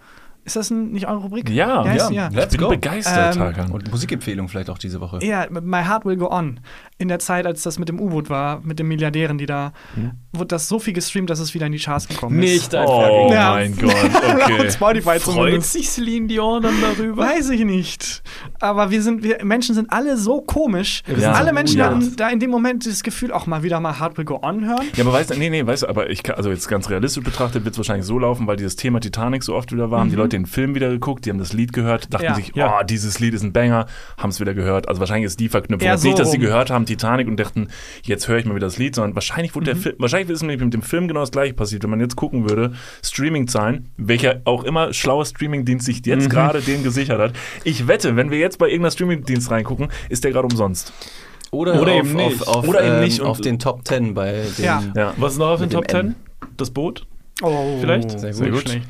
Ist das ein, nicht eure Rubrik?
Ja,
Wie heißt die?
ja.
Ich
Let's
bin
go.
begeistert,
Ähm,
Hakan.
Und Musikempfehlung vielleicht auch diese Woche.
Ja, My Heart Will Go On. In der Zeit, als das mit dem U-Boot war, mit den Milliardären, die da,
Hm.
wurde das so viel gestreamt, dass es wieder in die Charts gekommen ist.
Nicht einfach.
Oh
Ja.
mein Gott,
Laut
okay.
Spotify
Freut
zumindest.
sich Celine Dion dann darüber?
Weiß ich nicht. Aber wir sind, wir Menschen sind alle so komisch.
sind
alle
so
Menschen
weird.
hatten da in dem Moment das Gefühl, auch mal wieder mal Hard Will Go On hören.
Ja, aber weißt du, nee, nee, weißt du, aber ich, kann- also jetzt ganz realistisch betrachtet wird es wahrscheinlich so laufen, weil dieses Thema Titanic so oft wieder war, haben die Leute den Film wieder geguckt, die haben das Lied gehört, dachten
Mhm. Ja.
sich,
Ja.
oh, dieses Lied ist ein Banger, haben es wieder gehört. Also wahrscheinlich ist die Verknüpfung.
Eher
Jetzt nicht,
so
dass sie
rum.
gehört haben Titanic und dachten, jetzt höre ich mal wieder das Lied, sondern wahrscheinlich wurde
Mhm.
der Film, wahrscheinlich ist nämlich mit dem Film genau das gleiche passiert. Wenn man jetzt gucken würde, Streaming-Zahlen, welcher auch immer schlaue Streaming-Dienst sich
Mhm.
jetzt gerade den gesichert hat. Ich wette, wenn wir jetzt bei irgendeiner Streaming-Dienst reingucken, ist der gerade umsonst.
Oder,
Oder
auf,
eben nicht.
Auf, auf,
Oder eben
ähm,
nicht und-
auf den Top Ten bei den
Ja.
Ja.
Was ist noch auf den
Mit dem
Top Ten?
M.
Das Boot?
Oh.
Vielleicht?
Sehr gut.
Sehr gut.
Schlecht.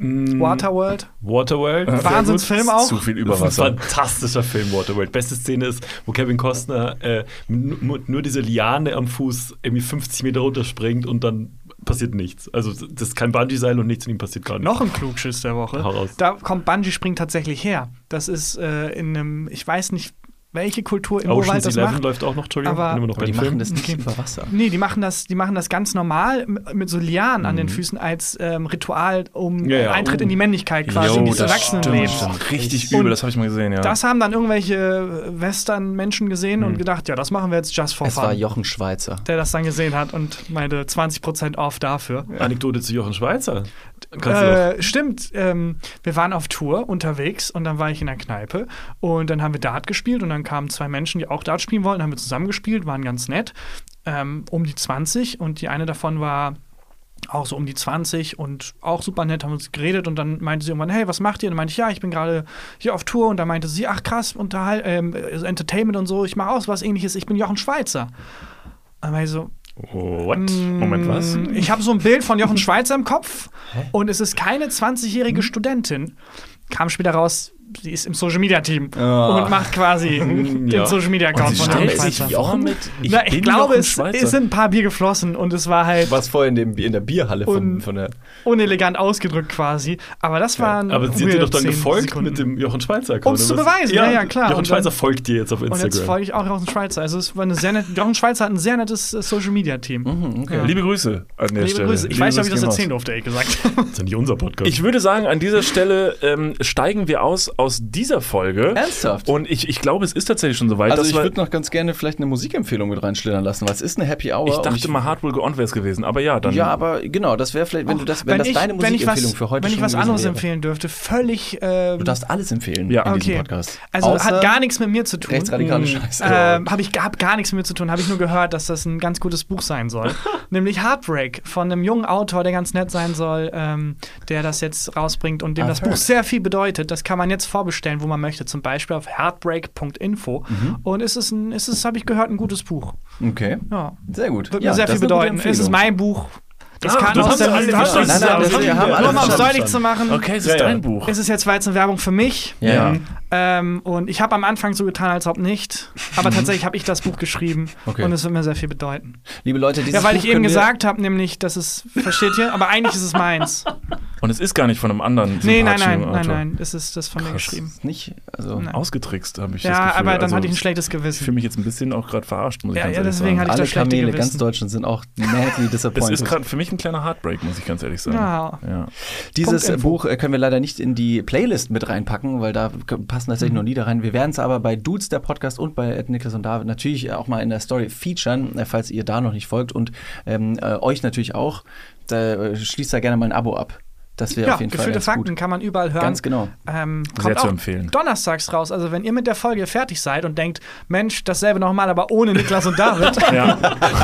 Mm,
Waterworld. Äh,
Waterworld. sehr gut.
Wahnsinnsfilm auch.
Zu viel
Das ist
Überwasser.
ein fantastischer Film, Waterworld. Beste Szene ist, wo Kevin Costner äh, nur, nur diese Liane am Fuß irgendwie 50 Meter runterspringt und dann passiert nichts. Also das ist kein Bungee-Seil und nichts und ihm passiert gar nichts.
Noch ein Klugschiss der Woche.
Hau raus.
Da kommt Bungee Spring tatsächlich her. Das ist äh, in einem, ich weiß nicht, welche Kultur im Urwald das macht.
läuft auch noch, Entschuldigung,
aber-
bin immer noch
Aber
beim
die
Film.
machen das nicht
Okay.
über Wasser.
Nee, die machen das, die machen das ganz normal m- mit so Lianen an den Füßen als ähm, Ritual um
Mhm. Ja, ja,
Eintritt
oh.
in die Männlichkeit quasi,
Jo,
in dieses
das
Erwachsenenleben.
Stimmt, richtig
Und
übel, das habe ich mal gesehen, ja.
Das haben dann irgendwelche Western-Menschen gesehen
Hm.
und gedacht, ja, das machen wir jetzt just for
Es war
fun.
Jochen Schweizer.
Der das dann gesehen hat und meinte 20% off dafür.
Anekdote zu Jochen Schweizer. Kannst du noch-
Äh, stimmt, ähm, wir waren auf Tour unterwegs und dann war ich in der Kneipe und dann haben wir Dart gespielt und dann kamen zwei Menschen, die auch Dart spielen wollten, haben wir zusammengespielt, waren ganz nett, ähm, um die 20 und die eine davon war auch so um die 20 und auch super nett, haben uns geredet und dann meinte sie irgendwann, hey, was macht ihr? Und dann meinte ich, ja, ich bin gerade hier auf Tour und dann meinte sie, ach krass, Unterhal ähm, also Entertainment und so, ich mache auch was ähnliches, ich bin Jochen Schweizer. Und dann war ich so, mm,
What? Moment, was?
Hm, ich habe so ein Bild von Jochen Schweizer im Kopf und es ist keine 20-jährige Studentin. Kam später raus, sie ist im Social Media Team und macht quasi den
ja.
Social Media Account von Jochen
stellt sich
Schweizer.
auch mit.
Ich, Na, ich
bin
glaube,
Jochen
es,
Schweizer.
es sind ein paar Bier geflossen und es war halt
Was vorhin in, dem, in der Bierhalle von,
Und-
von der.
unelegant ausgedrückt quasi. Aber das waren.
aber sie hat dir
weirde
doch dann
10
gefolgt
Sekunden.
mit dem Jochen Schweizer Account.
Um's zu
oder was?
beweisen, ja, ja, klar.
Jochen
Und
Schweizer
dann-
folgt dir jetzt auf
Und jetzt
Instagram.
folge ich auch Jochen Schweizer. Also es war eine sehr nette, Jochen Schweizer hat ein sehr nettes äh, Social Media Team.
Ja. Liebe Grüße an der
Liebe
Stelle.
Grüße. Ich weiß ja, wie ich das
gehen
erzählen
raus.
durfte, ehrlich gesagt.
Das ist ja nicht unser Podcast.
Ich würde sagen, an dieser Stelle ähm, steigen wir aus aus dieser Folge.
Ernsthaft?
Und ich, ich glaube, es ist tatsächlich schon soweit.
Also
dass
ich
wir-
würde noch ganz gerne vielleicht eine Musikempfehlung mit reinschlittern lassen, weil es ist eine Happy Hour.
ich
und
dachte mal, Hard Will Go On wäre es gewesen. Aber ja, dann.
Ja, aber genau, das wäre vielleicht, wenn du das, wenn, das deine Musikempfehlung
was,
für heute
Wenn
schon
ich was
gewesen
anderes
wäre.
empfehlen dürfte, völlig. Ähm,
Du darfst alles empfehlen
Ja.
in diesem
Okay.
Podcast.
also
Außer
hat gar nichts mit mir zu tun.
rechtsradikale
Mhm.
Scheiße.
Ähm, habe ich gab gar nichts mit mir zu tun, habe ich nur gehört, dass das ein ganz gutes Buch sein soll. Nämlich Heartbreak von einem jungen Autor, der ganz nett sein soll, ähm, der das jetzt rausbringt und dem
I've
das
heard.
Buch sehr viel bedeutet. Das kann man jetzt vorbestellen, wo man möchte, zum Beispiel auf heartbreak.info.
Mhm.
Und es ist ein, es ist, habe ich gehört, ein gutes Buch.
Okay.
Ja.
Sehr gut.
Wird
Ja,
mir sehr
das
viel
ist eine gute
bedeuten. Es ist
Empfehlung.
mein Buch. Das
Ah,
kann
das
aus
haben
der
wir alle
Nur
verstanden.
Nein, nein, das- wir haben alle
um auf
verstanden.
Säulig zu machen.
okay, es ist
Ja, ja.
dein Buch.
Es ist jetzt, war jetzt eine Werbung für mich.
Ja.
Ja.
ja.
Ähm, und ich habe am Anfang so getan, als ob nicht. Aber tatsächlich habe ich das Buch geschrieben.
Okay.
Und es wird mir sehr viel bedeuten.
Liebe Leute, dieses
ja, weil
Buch
ich eben
könnt ihr-
gesagt habe, nämlich, dass es, versteht ihr? Aber eigentlich ist es meins.
Und es ist gar nicht von einem anderen.
nee, nein,
sympathischen
nein, nein,
Autor.
nein. Es ist das von mir
Krass.
geschrieben.
nicht, also
Nein.
Ausgetrickst, habe ich das
Ja,
Gefühl.
aber dann
Also,
hatte ich ein schlechtes
Ich fühle
Gewissen.
mich jetzt ein bisschen auch gerade verarscht, muss ich
Ja,
ganz
ja,
ehrlich
deswegen
sagen.
hatte ich
alle
das schlechte
Kamele
Gewissen.
ganz Deutschland sind auch madly
Es
disappointed.
ist gerade für mich ein kleiner Heartbreak, muss ich ganz ehrlich sagen.
Ja.
ja.
Dieses
Punkt Info.
Buch äh, können wir leider nicht in die Playlist mit reinpacken, weil da k- passen tatsächlich noch Lieder rein. Wir werden es aber bei Dudes, der Podcast und bei Ed Niklas und David natürlich auch mal in der Story featuren, äh, falls ihr da noch nicht folgt und ähm, äh, euch natürlich auch. Da, äh, schließt da gerne mal ein Abo ab. Das wäre
Ja,
auf jeden Fall
gefühlte
ganz
Fakten
gut.
kann man überall hören.
Ganz genau.
Ähm, kommt
Sehr zu
auch
empfehlen.
Donnerstags raus. Also, wenn ihr mit der Folge fertig seid und denkt, Mensch, dasselbe nochmal, aber ohne Niklas und David,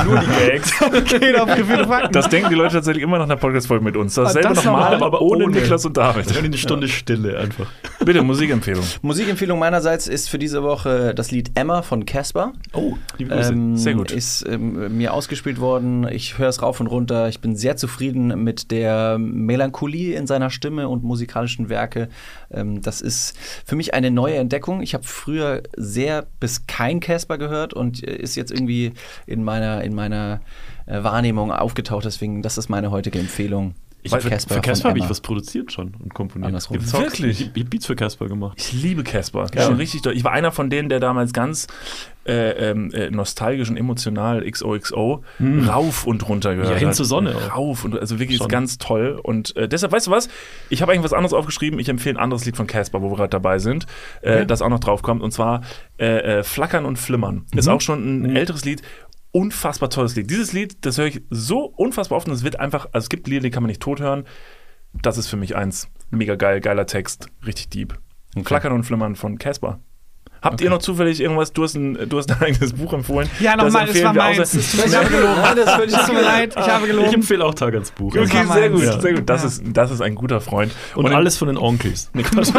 Nur die Gags.
geht auf gefühlte Fakten.
Das denken die Leute tatsächlich immer nach einer Podcast-Folge mit uns. Dasselbe
Das
nochmal,
nochmal,
aber ohne
ohne.
Niklas und David.
Eine Stunde Stille einfach.
Bitte, Musikempfehlung.
Musikempfehlung meinerseits ist für diese Woche das Lied Emma von Casper.
Oh,
Liebe Grüße.
Ähm,
Sehr gut.
Ist ähm, mir ausgespielt worden. Ich höre es rauf und runter. Ich bin sehr zufrieden mit der Melancholie in seiner Stimme und musikalischen Werke. Ähm, das ist für mich eine neue Entdeckung. Ich habe früher sehr bis kein Casper gehört und äh, ist jetzt irgendwie in meiner, in meiner äh, Wahrnehmung aufgetaucht. Deswegen, das ist meine heutige Empfehlung.
Ich, für Casper, für Casper
von
habe ich
Emma.
was produziert schon und komponiert.
Andersrum.
Gibt's Songs?
Wirklich?
Ich hab Beats für Casper gemacht.
Ich liebe Casper. Schon richtig doll. Ich war einer von denen, der damals ganz äh, ähm, äh, nostalgisch und emotional XOXO rauf und runter gehört
Hm. Ja, hin
hat.
zur Sonne auch.
Rauf und also wirklich
Schon.
ist ganz toll. Und äh, deshalb, weißt du was? Ich habe eigentlich was anderes aufgeschrieben. Ich empfehle ein anderes Lied von Casper, wo wir gerade dabei sind, äh, das auch noch drauf kommt. Und zwar äh, äh, Flackern und Flimmern.
Mhm.
Ist auch schon ein älteres Lied. Unfassbar tolles Lied. Dieses Lied, das höre ich so unfassbar oft und es wird einfach, also es gibt Lieder, die kann man nicht tot hören. Das ist für mich eins. Mega geil, geiler Text, richtig deep. Flackern und Flimmern von Casper. Habt ihr noch zufällig irgendwas? Du hast ein, du hast ein eigenes Buch empfohlen.
Ja,
Das
nochmal, das
empfehlen
war
wir
meins.
außer-
Es tut mir leid, Es tut mir leid, ich habe
Ich
gelogen.
empfehle auch Tag ans Buch.
Das war
Okay, sehr
meins.
gut,
Ja.
sehr gut. Das,
Ja.
ist, das ist ein guter Freund.
Und, alles von den Onkels. Nee, Quatsch.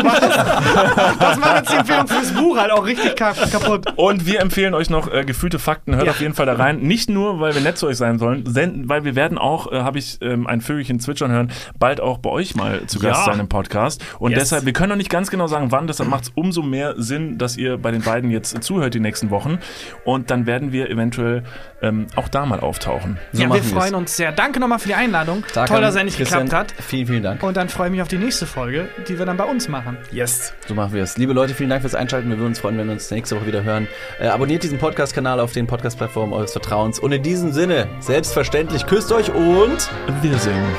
Das macht jetzt die Empfehlung fürs Buch halt auch richtig ka- kaputt.
Und wir empfehlen euch noch äh, gefühlte Fakten. Hört
Ja.
auf jeden Fall da rein. Nicht nur, weil wir nett zu euch sein sollen, senden, weil wir werden auch, äh, habe ich ähm, ein Vögelchen zwitschern hören, bald auch bei euch mal zu Gast
Ja.
sein im Podcast. Und
Yes.
deshalb, wir können noch nicht ganz genau sagen, wann. Deshalb macht es umso mehr Sinn, dass ihr bei den beiden jetzt zuhört die nächsten Wochen. Und dann werden wir eventuell ähm, auch da mal auftauchen.
So
ja, wir
machen wir's.
freuen uns sehr. Danke nochmal für die Einladung.
Danke
Toll,
an
dass er nicht
Christian.
geklappt hat.
Vielen, vielen Dank.
Und dann freue ich mich auf die nächste Folge, die wir dann bei uns machen.
yes.
So machen wir es. Liebe Leute, vielen Dank fürs Einschalten. Wir würden uns freuen, wenn wir uns nächste Woche wieder hören. Äh, abonniert diesen Podcast-Kanal auf den Podcast-Plattformen eures Vertrauens. Und in diesem Sinne, selbstverständlich, küsst euch und
Wir singen.